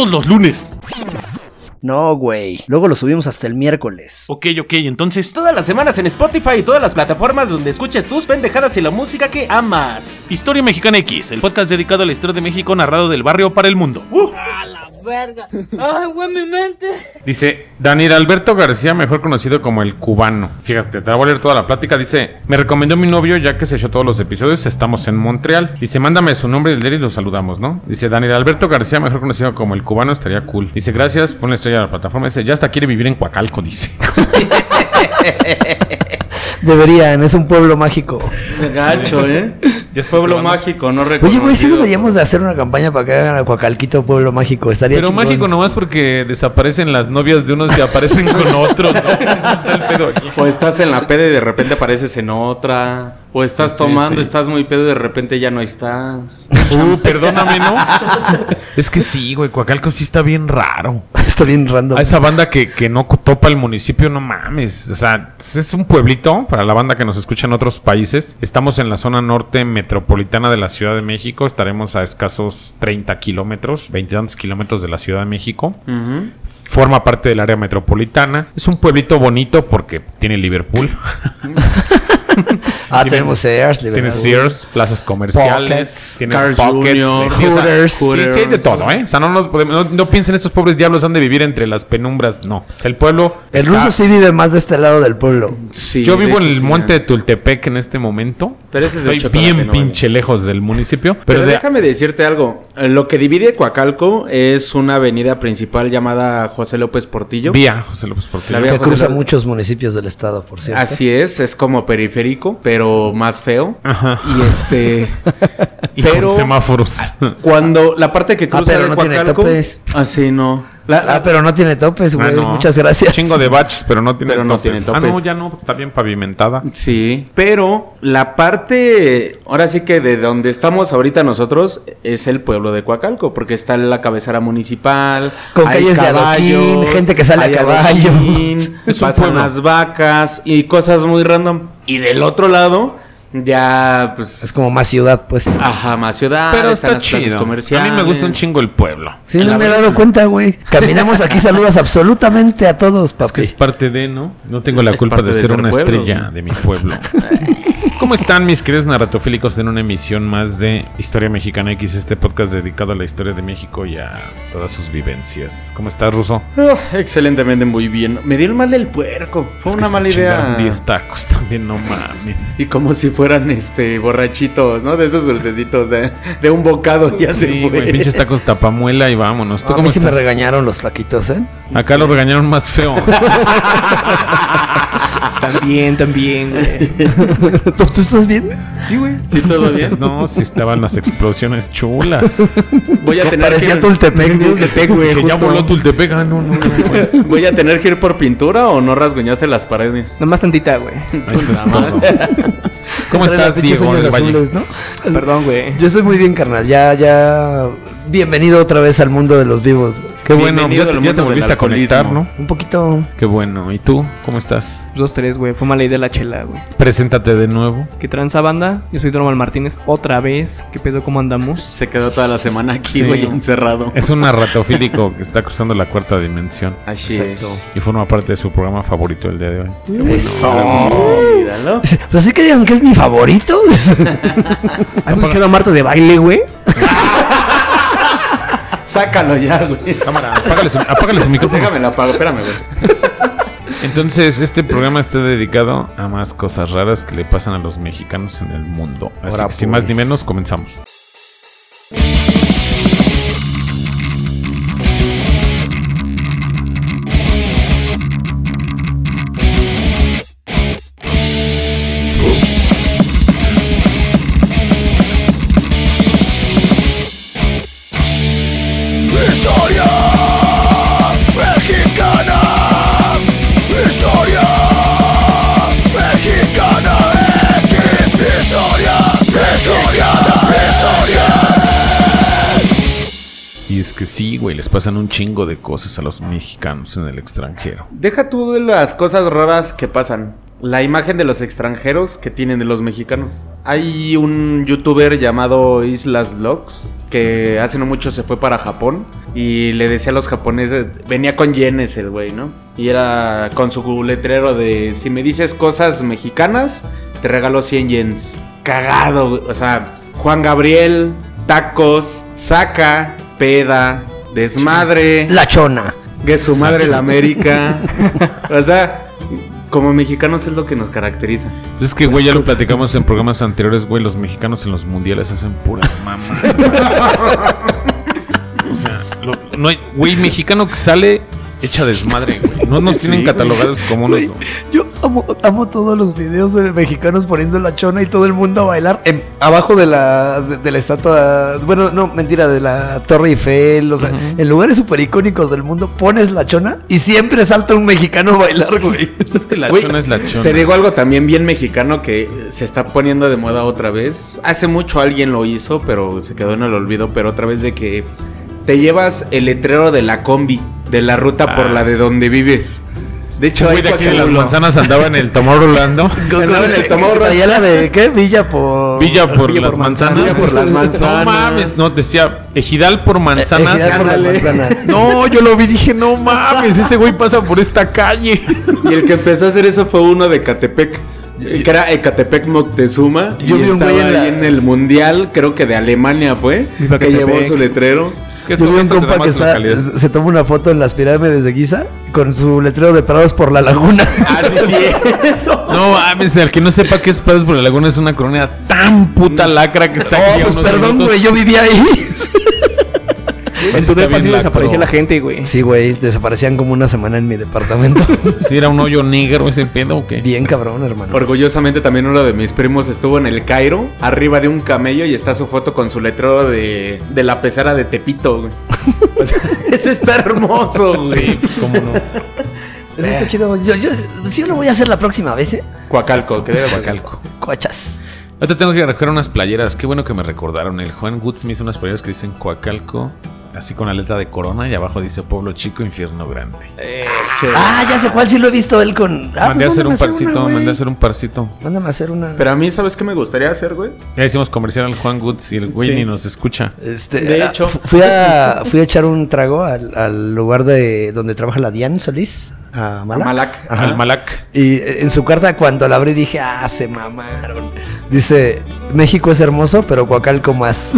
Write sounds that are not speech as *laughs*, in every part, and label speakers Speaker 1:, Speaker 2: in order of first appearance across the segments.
Speaker 1: los lunes.
Speaker 2: No, güey. Luego lo subimos hasta el miércoles.
Speaker 1: Ok, ok, entonces.
Speaker 3: Todas las semanas en Spotify y todas las plataformas donde escuches tus pendejadas y la música que amas.
Speaker 1: Historia Mexicana X, el podcast dedicado a la historia de México narrado del barrio para el mundo.
Speaker 4: A la verga. Ay, güey, mi mente.
Speaker 5: Dice Daniel Alberto García, mejor conocido como el cubano. Fíjate, te voy a leer toda la plática. Dice, me recomendó mi novio ya que se echó todos los episodios, estamos en Montreal. Dice, mándame su nombre y leer y lo saludamos, ¿no? Dice, Daniel Alberto García, mejor conocido como el cubano, estaría cool. Dice, gracias, ponle estrella a la plataforma. Dice, ya hasta quiere vivir en Coacalco, dice. *laughs*
Speaker 2: Deberían, es un pueblo mágico.
Speaker 6: Gacho, ¿eh?
Speaker 5: Ya estás
Speaker 6: Pueblo
Speaker 5: hablando.
Speaker 6: mágico, no recuerdo.
Speaker 2: Oye, güey, sí deberíamos de hacer una campaña para que hagan a Coacalquito Pueblo Mágico. Estaría
Speaker 5: Pero
Speaker 2: chingón.
Speaker 5: mágico nomás porque desaparecen las novias de unos y aparecen *laughs* con otros. ¿no? Está el pedo aquí.
Speaker 6: O estás en la peda y de repente apareces en otra. O estás
Speaker 5: Sí,
Speaker 6: tomando,
Speaker 5: sí.
Speaker 6: estás muy pedo y de repente ya no estás.
Speaker 5: Uh, perdóname, ¿no? *laughs* Es que sí, güey, Coacalco sí está bien raro.
Speaker 2: *laughs* Está bien random.
Speaker 5: A esa banda que, que no topa el municipio, no mames. O sea, es un pueblito para la banda que nos escucha en otros países. Estamos en la zona norte metropolitana de la Ciudad de México. Estaremos a escasos 30 kilómetros, 20 y tantos kilómetros de la Ciudad de México.
Speaker 6: Ujú.
Speaker 5: Forma parte del área metropolitana. Es un pueblito bonito porque tiene Liverpool.
Speaker 2: Ah, tenemos
Speaker 6: Pues
Speaker 2: Sears. de
Speaker 5: Tiene
Speaker 2: verdad.
Speaker 5: Sears, plazas comerciales,
Speaker 2: Pockets,
Speaker 5: tiene
Speaker 6: Carl
Speaker 5: pockets,
Speaker 6: Jr.,
Speaker 5: eh, sí, o sea,
Speaker 2: Hooters.
Speaker 5: sí, sí, hay de todo, ¿eh? O sea, no, nos podemos, no, no piensen estos pobres diablos han de vivir entre las penumbras, no. O sea, el pueblo
Speaker 2: El
Speaker 5: está-
Speaker 2: ruso sí vive más de este lado del pueblo.
Speaker 6: Sí,
Speaker 5: Yo
Speaker 6: de
Speaker 5: vivo en
Speaker 6: hecho,
Speaker 5: el
Speaker 6: sí,
Speaker 5: monte
Speaker 6: ya.
Speaker 5: de Tultepec en este momento.
Speaker 6: Pero ese es de
Speaker 5: Estoy
Speaker 6: chocolate,
Speaker 5: bien
Speaker 6: no vale.
Speaker 5: pinche lejos del municipio. Pero,
Speaker 6: Pero
Speaker 5: de-
Speaker 6: déjame decirte algo. Eh, Lo que divide Coacalco es una avenida principal llamada José López Portillo.
Speaker 5: vía José Ah, López Portillo.
Speaker 6: La vía-
Speaker 2: Que
Speaker 6: José
Speaker 2: cruza
Speaker 6: López.
Speaker 2: muchos municipios del estado, por cierto.
Speaker 6: Así es, es como periférico, pero más feo.
Speaker 5: Ajá.
Speaker 6: Y este.
Speaker 5: *laughs* Y
Speaker 6: pero- Ah,
Speaker 5: con semáforos. Ah,
Speaker 6: Cuando la parte que
Speaker 2: Ah,
Speaker 6: cruza
Speaker 2: pero
Speaker 6: de
Speaker 2: no tiene
Speaker 6: Coacalco.
Speaker 2: topes.
Speaker 6: Ah, sí, no. La- la-
Speaker 2: Ah, pero no tiene topes, güey.
Speaker 5: Ah, no.
Speaker 2: Muchas gracias.
Speaker 5: Chingo de baches, pero no tiene
Speaker 6: Pero no tiene
Speaker 5: Ah, no,
Speaker 6: topes.
Speaker 5: ya no. Está bien pavimentada.
Speaker 6: Sí, pero la parte, ahora sí que de donde estamos ahorita nosotros es el pueblo de Coacalco, porque está la cabecera municipal,
Speaker 2: Con
Speaker 6: hay
Speaker 2: calles de adoquín, gente que sale a
Speaker 6: hay
Speaker 2: caballo. *laughs*
Speaker 6: adoquín,
Speaker 5: Es un
Speaker 6: pasan
Speaker 5: pueblo.
Speaker 6: las vacas y cosas muy random. Y del otro lado ya pues
Speaker 2: Es como más ciudad, pues.
Speaker 5: Ah,
Speaker 6: ajá, más ciudad,
Speaker 5: Pero
Speaker 6: Ah, están
Speaker 5: está
Speaker 6: las plazas
Speaker 5: chido. A mí
Speaker 6: comerciales.
Speaker 5: me gusta un chingo el pueblo.
Speaker 2: Sí,
Speaker 6: en
Speaker 2: no
Speaker 6: la
Speaker 2: me he dado
Speaker 6: vecina.
Speaker 2: cuenta, güey. Caminamos
Speaker 5: *laughs*
Speaker 2: aquí, saludas absolutamente a todos,
Speaker 5: Es
Speaker 2: papi.
Speaker 5: que es parte de, ¿no? No tengo la
Speaker 6: Es
Speaker 5: culpa
Speaker 6: parte
Speaker 5: de
Speaker 6: de
Speaker 5: ser,
Speaker 6: ser
Speaker 5: una
Speaker 6: pueblo.
Speaker 5: estrella de mi pueblo. ¿Cómo están mis queridos narratofílicos en una emisión más de Historia Mexicana X, este podcast dedicado a la historia de México y a todas sus vivencias? ¿Cómo estás, Ruso?
Speaker 6: Ah, excelentemente muy bien. Me dio el mal del puerco. Fue
Speaker 5: Es que
Speaker 6: una
Speaker 5: se
Speaker 6: mala idea.
Speaker 5: chingaron 10 tacos también, no mames.
Speaker 6: Y como si fueran este borrachitos, ¿no? De esos dulcecitos de, de un bocado ya
Speaker 5: Sí,
Speaker 6: se fue.
Speaker 5: güey, pinches tacos tapamuela y vámonos. ¿Tú
Speaker 2: a
Speaker 5: cómo
Speaker 2: mí sí me
Speaker 5: estás?
Speaker 2: regañaron los taquitos,
Speaker 5: *laughs*
Speaker 2: ¿eh?
Speaker 5: Acá lo regañaron más feo.
Speaker 7: También, también, güey.
Speaker 2: ¿Tú, tú estás bien?
Speaker 6: Sí, güey. Sí, todo bien.
Speaker 5: Entonces,
Speaker 6: *laughs*
Speaker 5: no, si estaban las explosiones chulas.
Speaker 6: Voy a
Speaker 2: Que
Speaker 6: tener
Speaker 2: parecía
Speaker 6: que,
Speaker 2: Tultepec, güey.
Speaker 5: *laughs* que ya voló Tultepec. Ah, no, no, no, güey.
Speaker 6: Voy a tener que ir por pintura o no rasguñaste las paredes.
Speaker 7: Nomás
Speaker 2: *laughs*
Speaker 7: tantita, güey.
Speaker 5: Eso es todo. ¿Cómo
Speaker 2: Traen
Speaker 5: estás,
Speaker 2: los pinches
Speaker 5: Diego?
Speaker 2: sueños
Speaker 5: del Valle?
Speaker 2: azules, ¿no?
Speaker 7: Perdón, güey.
Speaker 2: Yo estoy muy bien, carnal. Ya, ya. Bienvenido otra vez al mundo de los vivos, güey.
Speaker 5: Qué bueno,
Speaker 6: Bienvenido
Speaker 5: ya, te-
Speaker 6: al
Speaker 5: ya
Speaker 6: mundo
Speaker 5: te
Speaker 6: del
Speaker 5: volviste a conectar, ¿no?
Speaker 6: alcoholismo.
Speaker 2: Un poquito.
Speaker 5: Qué bueno. ¿Y tú? ¿Cómo estás?
Speaker 7: Dos, tres, güey. Fue mala idea la chela, güey.
Speaker 5: Preséntate de nuevo.
Speaker 7: ¿Qué tranza, banda? Yo soy Dromal Martínez, otra vez. ¿Qué pedo, cómo andamos?
Speaker 6: Se quedó toda la semana aquí,
Speaker 5: Sí.
Speaker 6: güey, encerrado.
Speaker 5: Es un
Speaker 6: *laughs*
Speaker 5: narratofílico que está cruzando la cuarta dimensión
Speaker 6: Así
Speaker 5: y forma parte de su programa favorito el día de hoy.
Speaker 2: Eso.
Speaker 6: Míralo.
Speaker 2: Pues así que digan que es mi favorito.
Speaker 5: Pues
Speaker 7: ¿Has escuchado a Marta de baile, güey?
Speaker 6: Sácalo ya, güey.
Speaker 5: Cámara, apágale su, apágale su micrófono.
Speaker 6: *laughs* Déjame la apago, espérame, güey.
Speaker 5: Entonces, este programa está dedicado a más cosas raras que le pasan a los mexicanos en el mundo. Así
Speaker 2: Ahora,
Speaker 5: que, sin más ni
Speaker 2: pues.
Speaker 5: menos, comenzamos. Y es que sí, güey, les pasan un chingo de cosas a los mexicanos en el extranjero.
Speaker 6: Deja tú de las cosas raras que pasan. La imagen de los extranjeros que tienen de los mexicanos. Hay un youtuber llamado Islas Vlogs que hace no mucho se fue para Japón y le decía a los japoneses, venía con yenes el güey, ¿no? Y era con su letrero de, si me dices cosas mexicanas, te regalo 100 yens. Cagado, güey. o sea, Juan Gabriel, tacos, saca, peda, desmadre.
Speaker 2: La chona.
Speaker 6: Que su madre
Speaker 5: *laughs*
Speaker 6: la América. o sea, como mexicanos es lo que nos caracteriza.
Speaker 5: Pues es que, güey, ya lo platicamos en programas anteriores, güey, los mexicanos en los mundiales hacen puras mamas. o sea, lo- no hay, güey, mexicano que sale hecha desmadre, güey. No nos tienen catalogados como unos...
Speaker 2: Güey. Yo amo, amo todos los videos de mexicanos poniendo la chona y todo el mundo a bailar en- abajo de la, de, de la estatua. Bueno, no, mentira, de la Torre Eiffel. O sea, en lugares súper icónicos del mundo pones la chona y siempre salta un mexicano a bailar, güey.
Speaker 1: Es que la
Speaker 6: Güey,
Speaker 5: chona es la chona.
Speaker 6: Te digo algo también bien mexicano que se está poniendo de moda otra vez. Hace mucho alguien lo hizo, pero se quedó en el olvido. Pero otra vez de que te llevas el letrero de la combi, de la ruta por
Speaker 5: Ah,
Speaker 6: la de
Speaker 5: sí.
Speaker 6: donde vives. De hecho,
Speaker 5: Güey,
Speaker 6: hay
Speaker 5: de aquí de
Speaker 6: cualquier-
Speaker 5: las manzanas andaba en el Tomorrowland, ¿no?
Speaker 6: Se andaba en el Tomorrow.
Speaker 2: Traía la de, ¿qué? Villa por...
Speaker 5: Villa por
Speaker 6: Villa
Speaker 5: las
Speaker 6: por manzanas.
Speaker 5: manzanas.
Speaker 6: Villa por las manzanas.
Speaker 5: No mames, no, decía Ejidal por manzanas.
Speaker 2: Ejidal por las
Speaker 5: Ándale.
Speaker 2: manzanas.
Speaker 5: No, yo lo vi, dije, no mames, ese güey pasa por esta calle. *laughs*
Speaker 6: Y el que empezó a hacer eso fue uno de Catepec. Que era Ecatepec Moctezuma.
Speaker 2: Yo
Speaker 6: y
Speaker 2: vi un
Speaker 6: estaba
Speaker 2: güey en
Speaker 6: ahí
Speaker 2: las-
Speaker 6: en el mundial, creo que de Alemania fue.
Speaker 7: Viva
Speaker 6: Que llevó
Speaker 7: Ecatepec.
Speaker 6: su letrero.
Speaker 5: Es que
Speaker 2: Yo vi un
Speaker 5: eso te da
Speaker 2: compa
Speaker 5: más
Speaker 2: que está-
Speaker 5: localidad.
Speaker 2: se toma una foto en las pirámides de Giza con su letrero de Parados por la Laguna.
Speaker 6: Ah, sí, sí.
Speaker 5: No mames, al que no sepa qué es Padres por la Laguna es una colonia tan puta lacra que está
Speaker 2: Oh,
Speaker 5: aquí. a
Speaker 2: pues
Speaker 5: unos
Speaker 2: perdón,
Speaker 5: minutos.
Speaker 2: güey, yo vivía ahí.
Speaker 5: Eso
Speaker 7: En tu
Speaker 5: está
Speaker 7: depa
Speaker 5: bien
Speaker 7: sí
Speaker 5: lacro.
Speaker 7: desaparecía la gente, güey.
Speaker 2: Sí, güey, desaparecían como una semana en mi
Speaker 5: *laughs*
Speaker 2: departamento.
Speaker 5: Sí, era un hoyo negro ese pedo o qué.
Speaker 2: Bien cabrón, hermano.
Speaker 6: *laughs* Orgullosamente también uno de mis primos estuvo en el Cairo, arriba de un camello, y está su foto con su letrero de, de la pecera de Tepito, güey. O sea, *laughs* eso está hermoso, güey.
Speaker 5: Sí, pues cómo no.
Speaker 2: Eso
Speaker 5: eh.
Speaker 2: está chido. Yo, yo, sí lo voy a hacer la próxima vez, ¿eh?
Speaker 6: Coacalco, que debe de
Speaker 5: Calco.
Speaker 2: Coachas.
Speaker 5: Ahora te tengo que recoger unas playeras. Qué bueno que me recordaron. El Juan Woods me hizo unas playeras que dicen Coacalco, así con la letra de corona y abajo dice Pueblo Chico, Infierno Grande.
Speaker 2: Ah, ya sé cuál, sí lo he visto él con. Ah,
Speaker 5: mandé
Speaker 2: pues
Speaker 5: a hacer
Speaker 2: mándame
Speaker 5: un parcito,
Speaker 2: una, güey.
Speaker 5: mandé a hacer un parcito.
Speaker 2: Mándame a hacer una.
Speaker 6: Pero a mí, ¿sabes qué me gustaría hacer, güey?
Speaker 5: Ya hicimos comercial al Juan Woods y el güey
Speaker 6: Sí.
Speaker 5: ni nos escucha.
Speaker 2: Este,
Speaker 6: de
Speaker 2: ah,
Speaker 6: hecho-
Speaker 2: fu- fui
Speaker 5: *laughs*
Speaker 2: a, fui a echar un trago al, al lugar de donde trabaja la Diane Solís, a Malac.
Speaker 6: Malac.
Speaker 2: Ajá.
Speaker 5: Al Malac.
Speaker 2: Y eh, en su carta, cuando la abrí, dije, ah, se mamaron. Dice: México es hermoso, pero Coacalco más.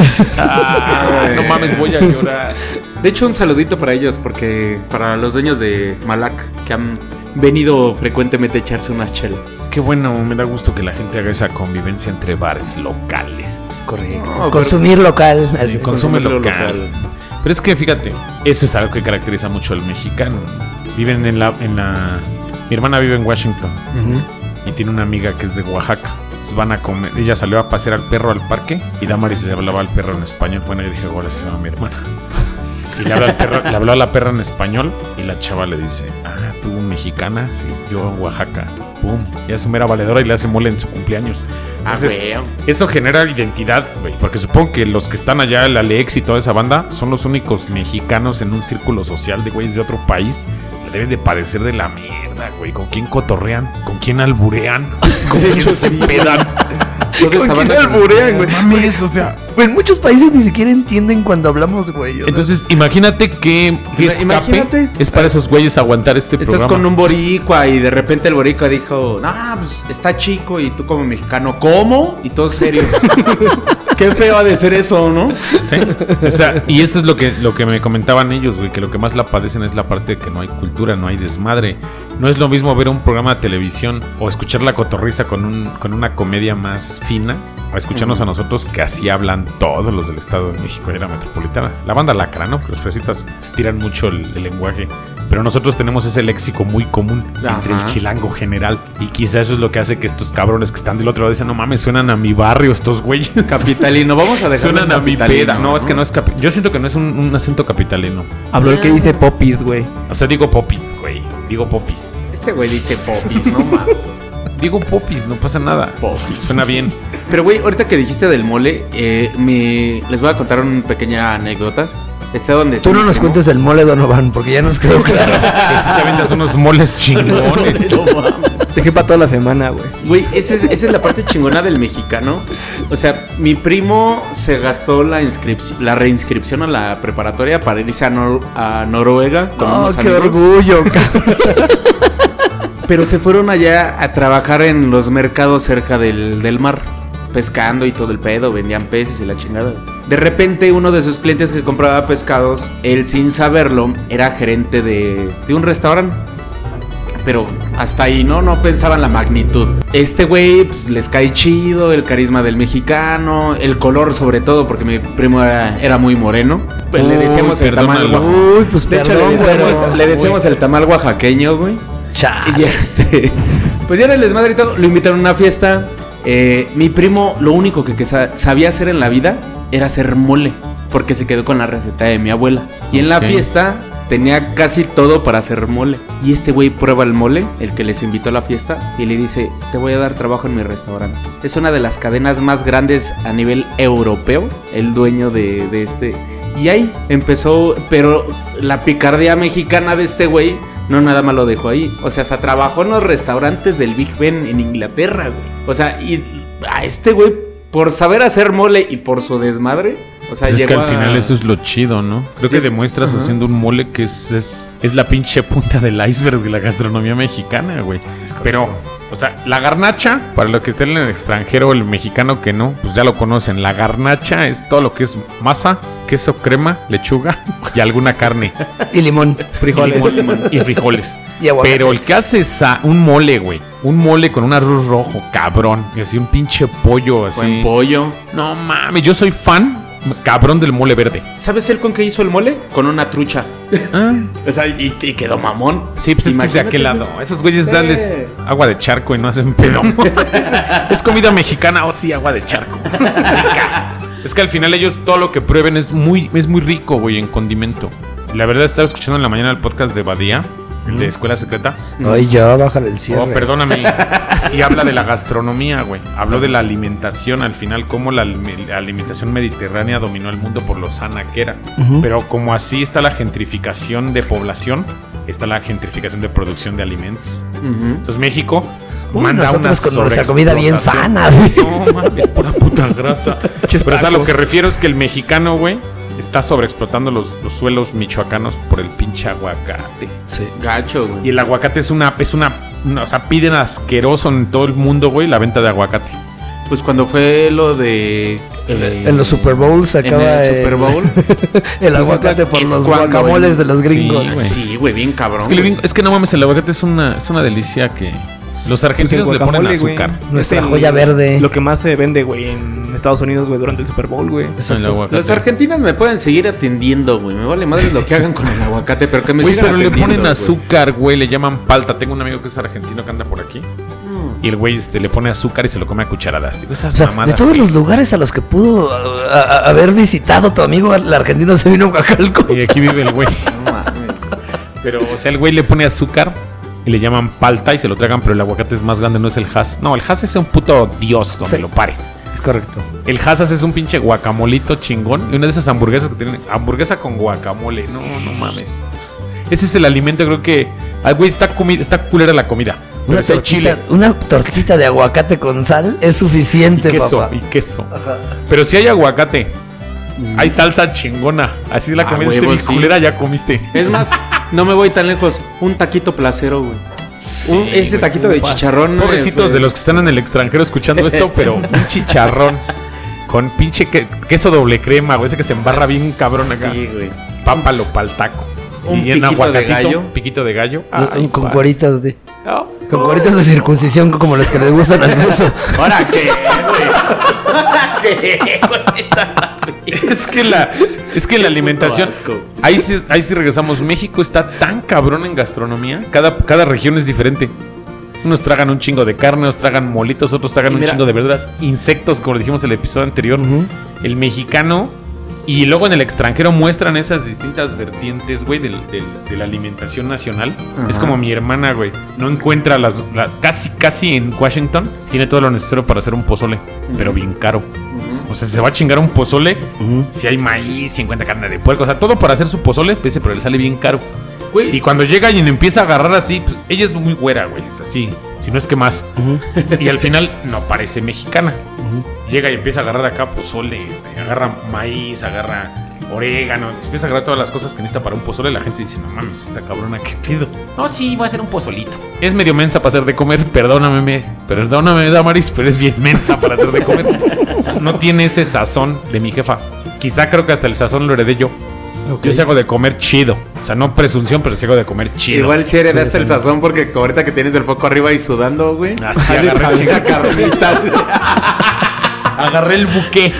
Speaker 5: Ah, no mames, voy a llorar.
Speaker 6: De hecho, un saludito para ellos, porque para los dueños de Malac, que han venido frecuentemente a echarse unas chelas.
Speaker 5: Qué bueno, me da gusto que la gente haga esa convivencia entre bares locales.
Speaker 2: *laughs* Correcto.
Speaker 6: No,
Speaker 2: Consumir local. así.
Speaker 5: Ah, Sí, consume
Speaker 6: consume lo
Speaker 5: local.
Speaker 6: local.
Speaker 5: Pero es que fíjate, eso es algo que caracteriza mucho al mexicano. Viven en la, en la. Mi hermana vive en Washington y tiene una amiga que es de Oaxaca. Entonces van a comer. Ella salió a pasear al perro al parque y Damaris le hablaba al perro en español. Bueno, yo dije, ahora se llama mi hermana. *laughs* Y le habló, al perro- le habló a la perra en español y la chava le dice, ah, tú mexicana, sí, yo en Oaxaca. Pum. Y su mera valedora y le hace mole en su cumpleaños.
Speaker 6: Ah,
Speaker 2: Pues
Speaker 5: Entonces,
Speaker 6: güey.
Speaker 5: eso genera identidad, güey. Porque supongo que los que están allá, el Alex y toda esa banda, son los únicos mexicanos en un círculo social de güeyes de otro país. Le Deben de padecer de la mierda, güey. ¿Con quién cotorrean? ¿Con quién
Speaker 6: *laughs*
Speaker 5: alburean? ¿Con quién se pedan?
Speaker 6: Toda esa banda que-
Speaker 2: alburean, güey?
Speaker 5: No mames, o sea.
Speaker 2: En Pues, muchos países ni siquiera entienden cuando hablamos, güey. o sea.
Speaker 5: Entonces, imagínate que, que
Speaker 6: Ima-
Speaker 5: escape
Speaker 6: imagínate.
Speaker 5: es para esos güeyes aguantar este
Speaker 6: Estás
Speaker 5: programa.
Speaker 6: con un boricua y de repente el
Speaker 5: *laughs*
Speaker 6: boricua dijo, no, pues está chico y tú como mexicano, ¿cómo? Y todos serios. Qué feo ha de ser eso, ¿no?
Speaker 5: Sí. O sea, y eso es lo que, lo que me comentaban ellos, güey, que lo que más la padecen es la parte de que no hay cultura, no hay desmadre. No es lo mismo ver un programa de televisión o escuchar la cotorriza con, un, con una comedia más fina a escucharnos a nosotros que así hablan todos los del Estado de México y la metropolitana. La banda lacra, ¿no? Que Los fresitas estiran mucho el, el lenguaje. Pero nosotros tenemos ese léxico muy común entre el
Speaker 6: Ajá.
Speaker 5: chilango general. Y quizás eso es lo que hace que estos cabrones que están del otro lado dicen, no mames, suenan a mi barrio estos güeyes.
Speaker 6: Capitalino, vamos a dejar.
Speaker 5: Suenan a mi peda. No, es que no es capi- Yo siento que no es un, un acento capitalino.
Speaker 7: Habló el que
Speaker 2: Ah.
Speaker 7: dice popis, güey.
Speaker 5: O sea, digo popis, güey. Digo popis.
Speaker 6: Este güey dice popis, no mames.
Speaker 5: Digo popis, no pasa nada.
Speaker 6: Popis.
Speaker 5: Suena bien.
Speaker 6: Pero güey, ahorita que dijiste del mole, eh, mi- les voy a contar una pequeña anécdota. Está donde está
Speaker 2: Tú no
Speaker 6: mi
Speaker 2: nos
Speaker 6: primo.
Speaker 2: cuentes el mole, Donovan, porque ya nos
Speaker 5: *laughs*
Speaker 2: quedó claro.
Speaker 5: Pero si te aventas unos moles chingones.
Speaker 6: *laughs*
Speaker 7: Dejé para toda la semana, güey.
Speaker 6: Güey, esa es, esa es la parte chingona del mexicano. O sea, mi primo se gastó la inscripción, la reinscripción a la preparatoria para irse a, Nor- a Noruega con
Speaker 2: No,
Speaker 6: unos
Speaker 2: Ah, Oh, qué
Speaker 6: amigos.
Speaker 2: orgullo, cabrón.
Speaker 6: Pero se fueron allá a trabajar en los mercados cerca del, del mar, pescando y todo el pedo, vendían peces y la chingada. De repente uno de sus clientes que compraba pescados, él sin saberlo, era gerente de, de un restaurante. Pero hasta ahí, ¿no? No pensaban la magnitud. Este güey pues, les cae chido, el carisma del mexicano, el color sobre todo, porque mi primo era, era muy moreno. Pues, le
Speaker 5: Uy,
Speaker 6: decíamos el tamal
Speaker 5: perdónalo.
Speaker 6: oaxaqueño.
Speaker 2: Uy,
Speaker 5: *laughs*
Speaker 2: pues
Speaker 6: De hecho,
Speaker 2: perdón,
Speaker 6: le decíamos,
Speaker 2: güey.
Speaker 6: le decíamos el tamal oaxaqueño, güey. Y ya este. Pues ya en el desmadre y todo, lo invitaron a una fiesta. Eh, mi primo, lo único que, que sa- sabía hacer en la vida era hacer mole. Porque se quedó con la receta de mi abuela. Y en la
Speaker 5: Ok.
Speaker 6: fiesta tenía casi todo para hacer mole. Y este güey prueba el mole, el que les invitó a la fiesta, y le dice: Te voy a dar trabajo en mi restaurante. Es una de las cadenas más grandes a nivel europeo, el dueño de, de este. Y ahí empezó, pero la picardía mexicana de este güey no nada más lo dejó ahí. O sea, hasta trabajó en los restaurantes del Big Ben en Inglaterra, güey. O sea, y a este güey, por saber hacer mole y por su desmadre, o sea,
Speaker 5: Pues es que
Speaker 6: llegó
Speaker 5: al
Speaker 6: a-
Speaker 5: final eso es lo chido, ¿no? Creo que
Speaker 6: Sí.
Speaker 5: demuestras
Speaker 6: Ajá.
Speaker 5: haciendo un mole que es, es, es la pinche punta del iceberg de la gastronomía mexicana, güey. Pero, o sea, la garnacha, para lo que esté en el extranjero, el mexicano que no, pues ya lo conocen. La garnacha es todo lo que es masa, queso, crema, lechuga *laughs* y alguna carne.
Speaker 2: Y limón.
Speaker 5: Frijoles.
Speaker 7: Pues
Speaker 5: Y, limón y frijoles.
Speaker 2: Y aguacate.
Speaker 5: Pero el que hace sa- un mole, güey. Un mole con un arroz rojo, cabrón. Y así un pinche pollo, así.
Speaker 6: Buen pollo.
Speaker 5: No mames, yo soy fan, cabrón del mole verde.
Speaker 6: ¿Sabes él con qué hizo el mole? Con una trucha. O sea, y, y quedó mamón.
Speaker 5: Sí, pues es que es de
Speaker 6: Imagínate,
Speaker 5: aquel
Speaker 6: güey.
Speaker 5: lado. Esos güeyes dales agua de charco y no hacen pedo. *laughs* es comida mexicana, o sí, agua de
Speaker 6: *laughs*
Speaker 5: charco. Rica. es que al final ellos todo lo que prueben es muy, es muy rico, güey, en condimento. La verdad, estaba escuchando en la mañana el podcast de Badía, el de Escuela Secreta.
Speaker 2: Ay, ya, bájale el
Speaker 5: Oh,
Speaker 2: cierre. *laughs*
Speaker 5: perdóname. Y habla de la gastronomía, güey. Habló de la alimentación al final, cómo la, alime- la alimentación mediterránea dominó el mundo por lo sana que era. Pero como así está la gentrificación de población, está la gentrificación de producción de alimentos.
Speaker 6: Ujú.
Speaker 5: Entonces México
Speaker 2: Uy,
Speaker 5: manda
Speaker 2: nosotros
Speaker 5: una
Speaker 2: con nuestra comida bien
Speaker 5: sobreexplotación.
Speaker 2: sana, güey.
Speaker 5: No mames, pura puta
Speaker 2: *laughs*
Speaker 5: grasa. Pero es a lo que refiero es que el mexicano, güey, está sobreexplotando los, los suelos michoacanos por el pinche aguacate.
Speaker 2: Sí.
Speaker 6: Gacho,
Speaker 5: Y
Speaker 6: güey.
Speaker 5: el aguacate es una, es una, una- o sea, piden asqueroso en todo el mundo, güey, la venta de aguacate.
Speaker 6: Pues cuando fue lo de. eh,
Speaker 2: En los Super Bowls
Speaker 6: En
Speaker 2: acaba
Speaker 6: el
Speaker 2: el,
Speaker 6: Super
Speaker 2: *laughs*
Speaker 6: Bowl.
Speaker 2: el aguacate por
Speaker 6: Es
Speaker 2: los
Speaker 6: cuando
Speaker 2: guacamoles de los
Speaker 5: Sí,
Speaker 2: gringos.
Speaker 5: güey.
Speaker 6: sí, güey, bien cabrón.
Speaker 5: Es que, el
Speaker 6: güey.
Speaker 5: gringo- es que no mames, el aguacate es una, es una delicia que los argentinos le ponen azúcar.
Speaker 2: Nuestra
Speaker 7: Es el-
Speaker 2: joya verde.
Speaker 7: Este, Lo que más se vende, güey, en Estados Unidos, güey, durante el Super Bowl, güey.
Speaker 5: en el aguacate.
Speaker 6: Los argentinos me pueden seguir atendiendo, güey. Me vale madre lo que hagan con el aguacate, pero que me
Speaker 5: Güey,
Speaker 6: sigan
Speaker 5: pero le
Speaker 6: atendiendo,
Speaker 5: ponen
Speaker 6: güey.
Speaker 5: azúcar, güey, le llaman palta. Tengo un amigo que es argentino que anda por aquí. Y el güey este, le pone azúcar y se lo come a cucharadas. Digo, esas
Speaker 2: O sea, de
Speaker 5: mamadas.
Speaker 2: todos
Speaker 5: que-
Speaker 2: los lugares a los que pudo a- a- haber visitado tu amigo, el argentino se vino a Huacalco.
Speaker 5: *laughs* Y aquí vive el güey.
Speaker 6: No mames.
Speaker 5: Pero, o sea, el güey le pone azúcar y le llaman palta y se lo tragan, pero el aguacate es más grande, no es el Hass. No, el Hass es un puto dios donde
Speaker 2: Sí.
Speaker 5: lo pares.
Speaker 2: Es correcto.
Speaker 5: El Hassas es un pinche guacamolito chingón. Y una de esas hamburguesas que tienen. Hamburguesa con guacamole. No, no mames. Ese es el alimento, creo que. Ay, güey, está, comi- está culera la comida. Pero
Speaker 2: Una
Speaker 5: es el chile.
Speaker 2: tortita, una tortita de aguacate con sal es
Speaker 5: Y
Speaker 2: suficiente,
Speaker 5: queso,
Speaker 2: papá.
Speaker 5: y queso. Pero si hay aguacate. Hay salsa chingona. Así la
Speaker 6: Mm. Ah,
Speaker 5: comida esté
Speaker 6: huevo,
Speaker 5: bien
Speaker 6: sí.
Speaker 5: culera, ya comiste.
Speaker 6: Es más, no me voy tan lejos. Un taquito placero, güey. Un- ese taquito de chicharrón. eh,
Speaker 5: Pobrecitos
Speaker 6: fue- *laughs*
Speaker 5: de los que están en el extranjero escuchando esto, pero un chicharrón. Con pinche que- queso doble crema, güey. Ese que se embarra bien cabrón acá.
Speaker 6: Sí, güey.
Speaker 5: Pápalo pa'l taco.
Speaker 6: Un
Speaker 5: y en
Speaker 6: piquito de
Speaker 5: aguacatito,
Speaker 6: gallo.
Speaker 5: piquito de gallo.
Speaker 2: Y- y con
Speaker 5: pa-
Speaker 2: cuaritas de. Con cuaritas de circuncisión como las que les gustan al mozo.
Speaker 6: ¿Ahora qué, güey?
Speaker 5: *laughs* Es que la, es que la alimentación.
Speaker 6: asco.
Speaker 5: Ahí sí, ahí sí regresamos. México está tan cabrón en gastronomía. Cada, cada región es diferente. Unos tragan un chingo de carne, otros tragan molitos, otros tragan
Speaker 6: Y
Speaker 5: un
Speaker 6: mira-
Speaker 5: chingo de verduras, insectos, como lo dijimos en el episodio anterior. El mexicano. Y luego en el extranjero muestran esas distintas vertientes, güey, del- del- de la alimentación nacional. Es
Speaker 6: Ajá.
Speaker 5: como mi hermana, güey. No encuentra las. la- casi, casi en Washington. Tiene todo lo necesario para hacer un pozole, pero bien caro. O sea, se va a chingar un pozole. Si hay maíz, si encuentra carne de puerco. O sea, todo para hacer su pozole, dice, pero le sale bien caro.
Speaker 6: Güey,
Speaker 5: Y cuando llega y le empieza a agarrar así, pues ella es muy güera, güey. Es así. Si no es que más. Y al final no parece mexicana. Llega y empieza a agarrar acá pozole. este, agarra maíz, agarra orégano. Empieza a agarrar todas las cosas que necesita para un pozole. La gente dice, no mames, esta cabrona, ¿qué pido? No, sí, voy a hacer un pozolito. Es medio mensa para hacer de comer. Perdóname, me- perdóname, Damaris, pero es bien mensa para hacer de comer. O sea, no tiene ese sazón de mi jefa. Quizá creo que hasta el sazón lo heredé yo. Yo sí hago de comer chido. O sea, no presunción, pero sí hago de comer chido.
Speaker 6: Igual si heredaste el sazón porque ahorita que tienes el foco arriba y sudando, güey.
Speaker 5: Así
Speaker 6: sales
Speaker 5: agarré
Speaker 6: a
Speaker 5: chinga-
Speaker 6: una carnitas.
Speaker 5: agarré el buque.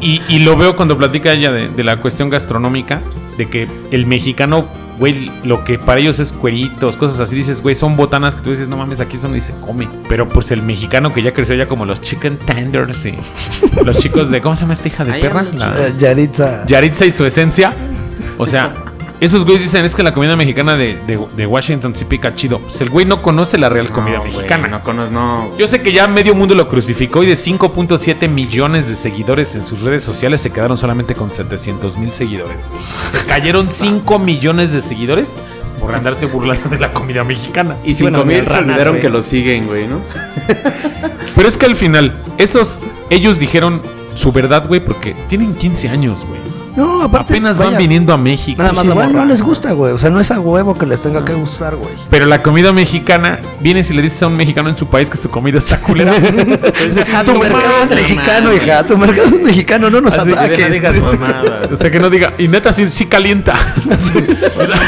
Speaker 5: Y, y lo veo cuando platica ella de, de la cuestión gastronómica, de que el mexicano, güey, lo que para ellos es cueritos, cosas así, dices, güey, son botanas que tú dices, no mames, aquí es donde se come. Pero pues el mexicano que ya creció ya como los chicken tenders y los chicos de, ¿cómo se llama esta hija de
Speaker 6: Ay,
Speaker 5: perra?
Speaker 6: ándale,
Speaker 5: La-
Speaker 2: Eh, Yaritza.
Speaker 5: Yaritza y su esencia. O
Speaker 6: *laughs*
Speaker 5: sea, esos güeyes dicen es que la comida mexicana de, de- de Washington sí pica chido. Pues el güey no conoce la real comida
Speaker 6: No, güey,
Speaker 5: mexicana.
Speaker 6: no conoces, no.
Speaker 5: Yo sé que ya medio mundo lo crucificó y de 5.7 millones de seguidores en sus redes sociales se quedaron solamente con 700 mil seguidores. Se cayeron 5 millones de seguidores por andarse burlando de la comida mexicana.
Speaker 6: Y cinco
Speaker 7: Bueno,
Speaker 6: mil
Speaker 7: de
Speaker 6: se
Speaker 7: ranas,
Speaker 6: olvidaron
Speaker 7: güey.
Speaker 6: que lo siguen, güey, ¿no?
Speaker 5: Pero es que al final, esos, ellos dijeron su verdad, güey, porque tienen 15 años, güey.
Speaker 2: No, aparte.
Speaker 5: Apenas van
Speaker 2: vaya,
Speaker 5: viniendo a México.
Speaker 2: pues
Speaker 7: Nada más la
Speaker 2: igual no
Speaker 7: morra.
Speaker 2: les gusta, güey. O sea, no es a huevo que les tenga que gustar, güey.
Speaker 5: Pero la comida mexicana, vienes y le dices a un mexicano en su país que su comida está
Speaker 7: *laughs*
Speaker 5: culera.
Speaker 7: Pues,
Speaker 2: tu mercado es mexicano, hija. Tu mercado es mexicano, no nos
Speaker 5: Así que
Speaker 2: ataques.
Speaker 5: deja de- *laughs* o sea, que no diga, y neta, sí, sí calienta.
Speaker 7: *laughs*
Speaker 6: *laughs*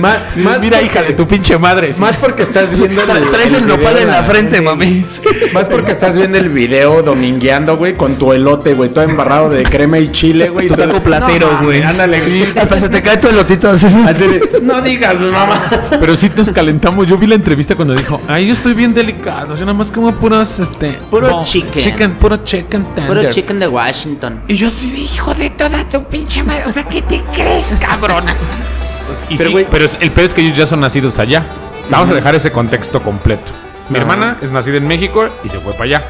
Speaker 6: Más,
Speaker 5: Mira, hija de tu pinche madre. sí.
Speaker 6: Más porque estás viendo
Speaker 2: Tra- Traes el nopal
Speaker 6: video
Speaker 2: en
Speaker 6: de
Speaker 2: la frente, mami.
Speaker 6: Más porque estás viendo el video domingueando, güey, con tu elote, güey, todo embarrado de crema y chile, güey.
Speaker 7: Tu taco placero,
Speaker 6: No,
Speaker 7: güey.
Speaker 6: Ándale, güey.
Speaker 5: *laughs*
Speaker 2: Hasta se te cae tu elotito así.
Speaker 5: Ah,
Speaker 6: Así de, no digas, mamá.
Speaker 5: *laughs* Pero sí nos calentamos. Yo vi la entrevista cuando dijo, ay, yo estoy bien delicado. Yo nada más como puros, este...
Speaker 8: Puro
Speaker 5: bon-
Speaker 8: chicken.
Speaker 5: puro chicken tender.
Speaker 8: Puro chicken de Washington.
Speaker 5: Y yo así de hijo de toda tu pinche madre. O sea, ¿qué te crees, *laughs* cabrona? pero,
Speaker 6: Pero, güey-
Speaker 5: Pues, pero es- el peor es que ellos ya son nacidos allá. Vamos a dejar ese contexto completo. Mi hermana es nacida en México y se fue para allá.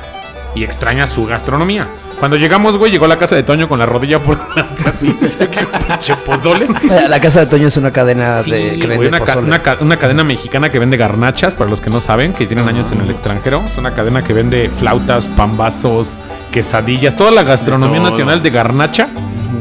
Speaker 5: Y extraña su gastronomía. Cuando llegamos, güey, llegó a la casa de Toño con la rodilla por *laughs* delante así. ¡Qué pinche pozole!
Speaker 2: Eh, *laughs* La casa de Toño es una cadena
Speaker 5: Sí,
Speaker 2: de que
Speaker 5: güey,
Speaker 2: vende
Speaker 5: una, ca-
Speaker 2: pozole.
Speaker 5: una ca- una cadena mexicana que vende garnachas, para los que no saben, que tienen años en el extranjero. Es una cadena que vende flautas, pambazos, quesadillas, toda la gastronomía nacional de garnacha,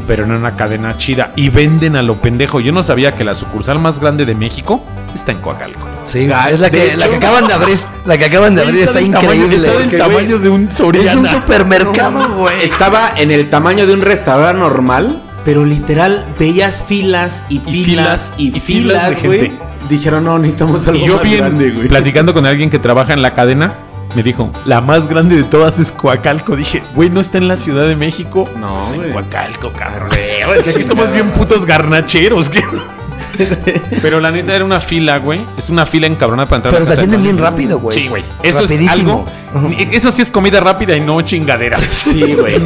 Speaker 5: pero en una cadena chida. Y venden a lo pendejo. Yo no sabía que la sucursal más grande de México está en Coacalco.
Speaker 2: Sí, es
Speaker 5: Ah,
Speaker 2: la que, la que acaban de abrir. La que acaban de abrir está, increíble.
Speaker 5: está del
Speaker 2: Porque,
Speaker 5: tamaño
Speaker 2: güey,
Speaker 5: de un
Speaker 2: es un
Speaker 5: Soriana.
Speaker 2: supermercado, güey.
Speaker 6: Estaba en el tamaño de un restaurante normal
Speaker 8: Pero literal, veías filas y filas y
Speaker 5: y filas de
Speaker 8: filas, güey.
Speaker 5: gente.
Speaker 6: Dijeron, no, necesitamos algo
Speaker 5: Y yo
Speaker 6: más
Speaker 5: bien,
Speaker 6: grande, güey.
Speaker 5: platicando con alguien que trabaja en la cadena, me dijo, la más grande de todas es Coacalco. Dije, güey, no está en la Ciudad de México.
Speaker 6: No,
Speaker 5: está en
Speaker 6: güey.
Speaker 5: Coacalco,
Speaker 6: *laughs*
Speaker 5: cabrón. Dije, Aquí estamos bien putos garnacheros. ¿qué? Pero la neta era una fila, güey. Es una fila encabrona para entrar a
Speaker 2: Pero
Speaker 5: la
Speaker 2: te
Speaker 5: casa de
Speaker 2: atienden bien
Speaker 5: Paz.
Speaker 2: rápido, güey.
Speaker 5: Sí, güey. Eso
Speaker 2: Rapidísimo.
Speaker 5: es algo. Eso sí es comida rápida y no chingaderas.
Speaker 6: Sí, güey.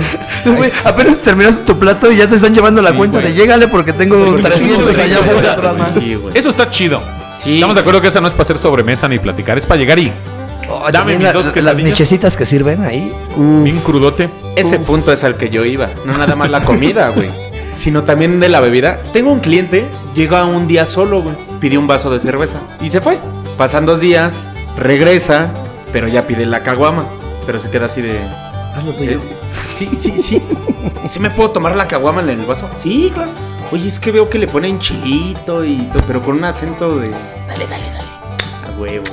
Speaker 2: *laughs* Güey, apenas terminas tu plato y ya te están llevando la
Speaker 5: Sí,
Speaker 2: cuenta
Speaker 5: güey.
Speaker 2: de llégale porque tengo
Speaker 5: Porque
Speaker 2: 300
Speaker 5: sí,
Speaker 2: allá
Speaker 5: güey.
Speaker 2: afuera.
Speaker 6: Sí, güey.
Speaker 5: Eso está chido.
Speaker 8: Sí,
Speaker 5: Estamos de acuerdo que esa no es para hacer sobremesa ni platicar, es para llegar y
Speaker 2: Oh,
Speaker 5: Dame
Speaker 2: también
Speaker 5: mis dos
Speaker 2: Las
Speaker 5: quesadillas.
Speaker 2: michecitas que sirven ahí.
Speaker 5: bien crudote.
Speaker 6: Ese punto es al que yo iba. No nada más la comida, güey. Sino también de la bebida. Tengo un cliente, llega un día solo, güey. Pidió un vaso de cerveza y se fue. Pasan dos días, regresa, pero ya pide la caguama. Pero se queda así de.
Speaker 2: Hazlo
Speaker 6: eh, Sí, sí, sí. ¿Sí me puedo tomar la caguama en el vaso? Sí, claro. Oye, es que veo que le ponen chilito y todo, pero con un acento de. Dale, dale, dale. A huevo.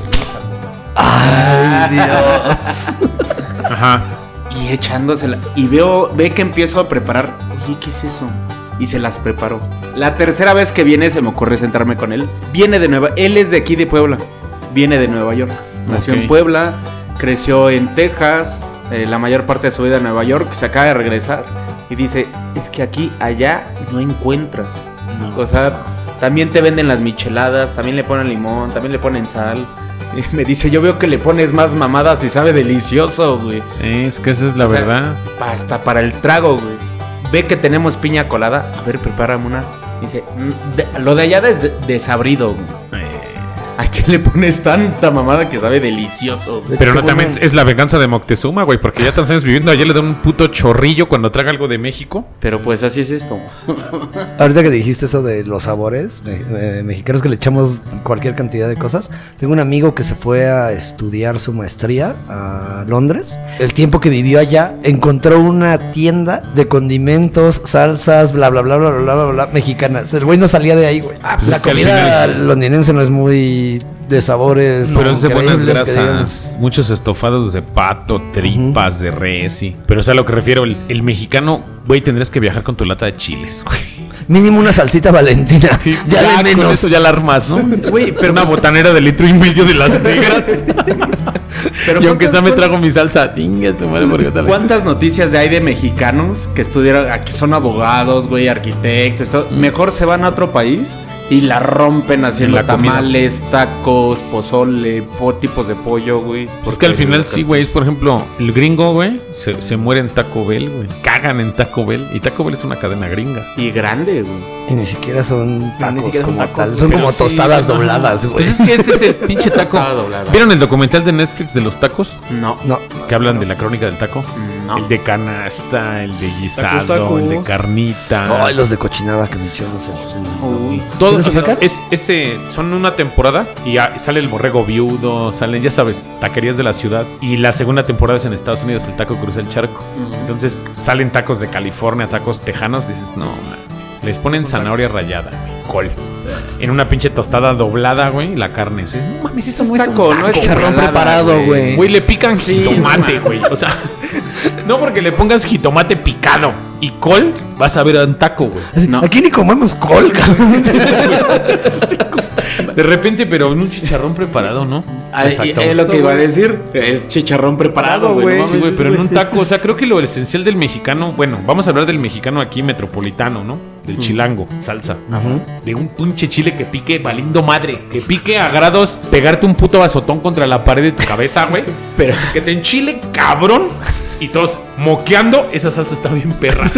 Speaker 2: Ay, Dios.
Speaker 5: Ajá.
Speaker 6: y echándosela. Y veo, ve que empiezo a preparar. Oye, ¿qué es eso? Y se las preparó. La tercera vez que viene se me ocurre sentarme con él. Viene de Nueva, él es de aquí de Puebla. Viene de Nueva York. Nació
Speaker 1: Ok.
Speaker 6: en Puebla, creció en Texas, eh, la mayor parte de su vida en Nueva York, se acaba de regresar y dice, es que aquí, allá no encuentras. o sea, también te venden las micheladas, también le ponen limón, también le ponen sal. *laughs* Y me dice, yo veo que le pones más mamadas y sabe delicioso, güey.
Speaker 5: Sí, es que esa es la
Speaker 6: O sea,
Speaker 5: verdad.
Speaker 6: Hasta para el trago, güey. Ve que tenemos piña colada. A ver, prepárame una. Dice, "Mm, de- lo de allá es de- desabrido, güey.
Speaker 5: Eh.
Speaker 6: ¿A qué le pones tanta mamada que sabe delicioso, güey?
Speaker 5: Pero no también es la venganza de Moctezuma, güey, porque ya tantos años viviendo ayer le da un puto chorrillo cuando traga algo de México.
Speaker 6: Pero pues así es esto.
Speaker 2: Ahorita que dijiste eso de los sabores me- eh, mexicanos que le echamos cualquier cantidad de cosas, tengo un amigo que se fue a estudiar su maestría a Londres. El tiempo que vivió allá encontró una tienda de condimentos, salsas, bla bla bla bla bla bla bla, bla mexicanas. El güey no salía de ahí, güey.
Speaker 5: pues
Speaker 2: La
Speaker 5: es que al
Speaker 2: comida
Speaker 5: final-
Speaker 2: londinense no es muy de sabores.
Speaker 5: Pero es de buenas
Speaker 2: increíbles, que digamos.
Speaker 5: grasas, muchos estofados de pato, tripas, de res, y... Pero o sea, a lo que refiero, el, el mexicano, güey, tendrías que viajar con tu lata de chiles, güey.
Speaker 2: Mínimo una salsita Valentina. *laughs* ya, de
Speaker 5: con
Speaker 2: menos.
Speaker 5: eso ya la armas, ¿no? *laughs*
Speaker 6: Güey,
Speaker 5: Pero una botanera de litro y medio de las negras.
Speaker 6: Pero
Speaker 5: y aunque
Speaker 6: ¿cuántas-
Speaker 5: sea me trago mi salsa, tingue su madre,
Speaker 6: *laughs*
Speaker 5: porque tal-
Speaker 6: ¿Cuántas noticias hay de mexicanos que estudiaron, aquí son abogados, güey, arquitectos, todo?
Speaker 5: Mm.
Speaker 6: mejor se van a otro país y la rompen haciendo
Speaker 5: la comida.
Speaker 6: tamales, tacos, pozole, po- tipos de pollo, güey.
Speaker 5: Es que al final sí, güey, es por ejemplo, el gringo, güey, se, se muere en Taco Bell, güey. Cagan en Taco Bell. Y Taco Bell es una cadena gringa.
Speaker 6: Y grande, güey.
Speaker 2: Y ni siquiera son tacos
Speaker 7: siquiera son
Speaker 2: como
Speaker 7: tacos,
Speaker 2: tal.
Speaker 7: güey.
Speaker 2: Son
Speaker 5: Pero
Speaker 2: como
Speaker 5: sí,
Speaker 2: tostadas
Speaker 5: ajá.
Speaker 2: dobladas,
Speaker 5: *laughs*
Speaker 2: güey.
Speaker 5: Pues es que ese es el pinche taco.
Speaker 6: Estaba doblada.
Speaker 5: ¿Vieron el documental de Netflix de los tacos?
Speaker 6: No,
Speaker 2: No,
Speaker 5: Que hablan de la crónica del taco.
Speaker 6: no.
Speaker 5: El de canasta, el de guisado,
Speaker 7: tacos.
Speaker 5: el de carnita.
Speaker 2: Ay, los de cochinada que me echó, no sé.
Speaker 6: Uy.
Speaker 5: Todo,
Speaker 2: ¿Tienes
Speaker 5: o sea,
Speaker 2: azúcar?
Speaker 5: es, ese, son una temporada y ah, sale el borrego viudo, salen, ya sabes, taquerías de la ciudad. Y la segunda temporada es en Estados Unidos, el taco cruza el charco. Entonces salen tacos de California, tacos tejanos, dices, no, mames. Les ponen zanahoria rayada, güey, col. En una pinche tostada doblada, güey, la carne. Dices, no mames, eso no es un taco.
Speaker 6: no es
Speaker 7: Charrón
Speaker 6: ensalada,
Speaker 7: preparado, güey.
Speaker 5: Güey, le pican
Speaker 6: Sí,
Speaker 5: jitomate, güey. O sea, *laughs* no porque le pongas jitomate picado y col, vas a ver a un taco, güey.
Speaker 2: Así,
Speaker 6: No.
Speaker 2: Aquí ni comemos
Speaker 5: *laughs*
Speaker 2: col, cabrón.
Speaker 5: De repente, pero en un chicharrón preparado, ¿no?
Speaker 6: Ay,
Speaker 5: Exacto.
Speaker 6: Ah, Es lo que iba a decir. Es chicharrón preparado, güey. no
Speaker 5: Sí, güey,
Speaker 6: mames,
Speaker 5: pero en un taco, o sea, creo que lo esencial del mexicano, bueno, vamos a hablar del mexicano aquí metropolitano, ¿no? Del chilango, salsa. De un pinche chile que pique valiendo madre, que pique a grados, pegarte un puto azotón contra la pared de tu cabeza, güey.
Speaker 6: Pero-
Speaker 5: que te enchile, cabrón. Y todos moqueando, esa salsa está bien perra.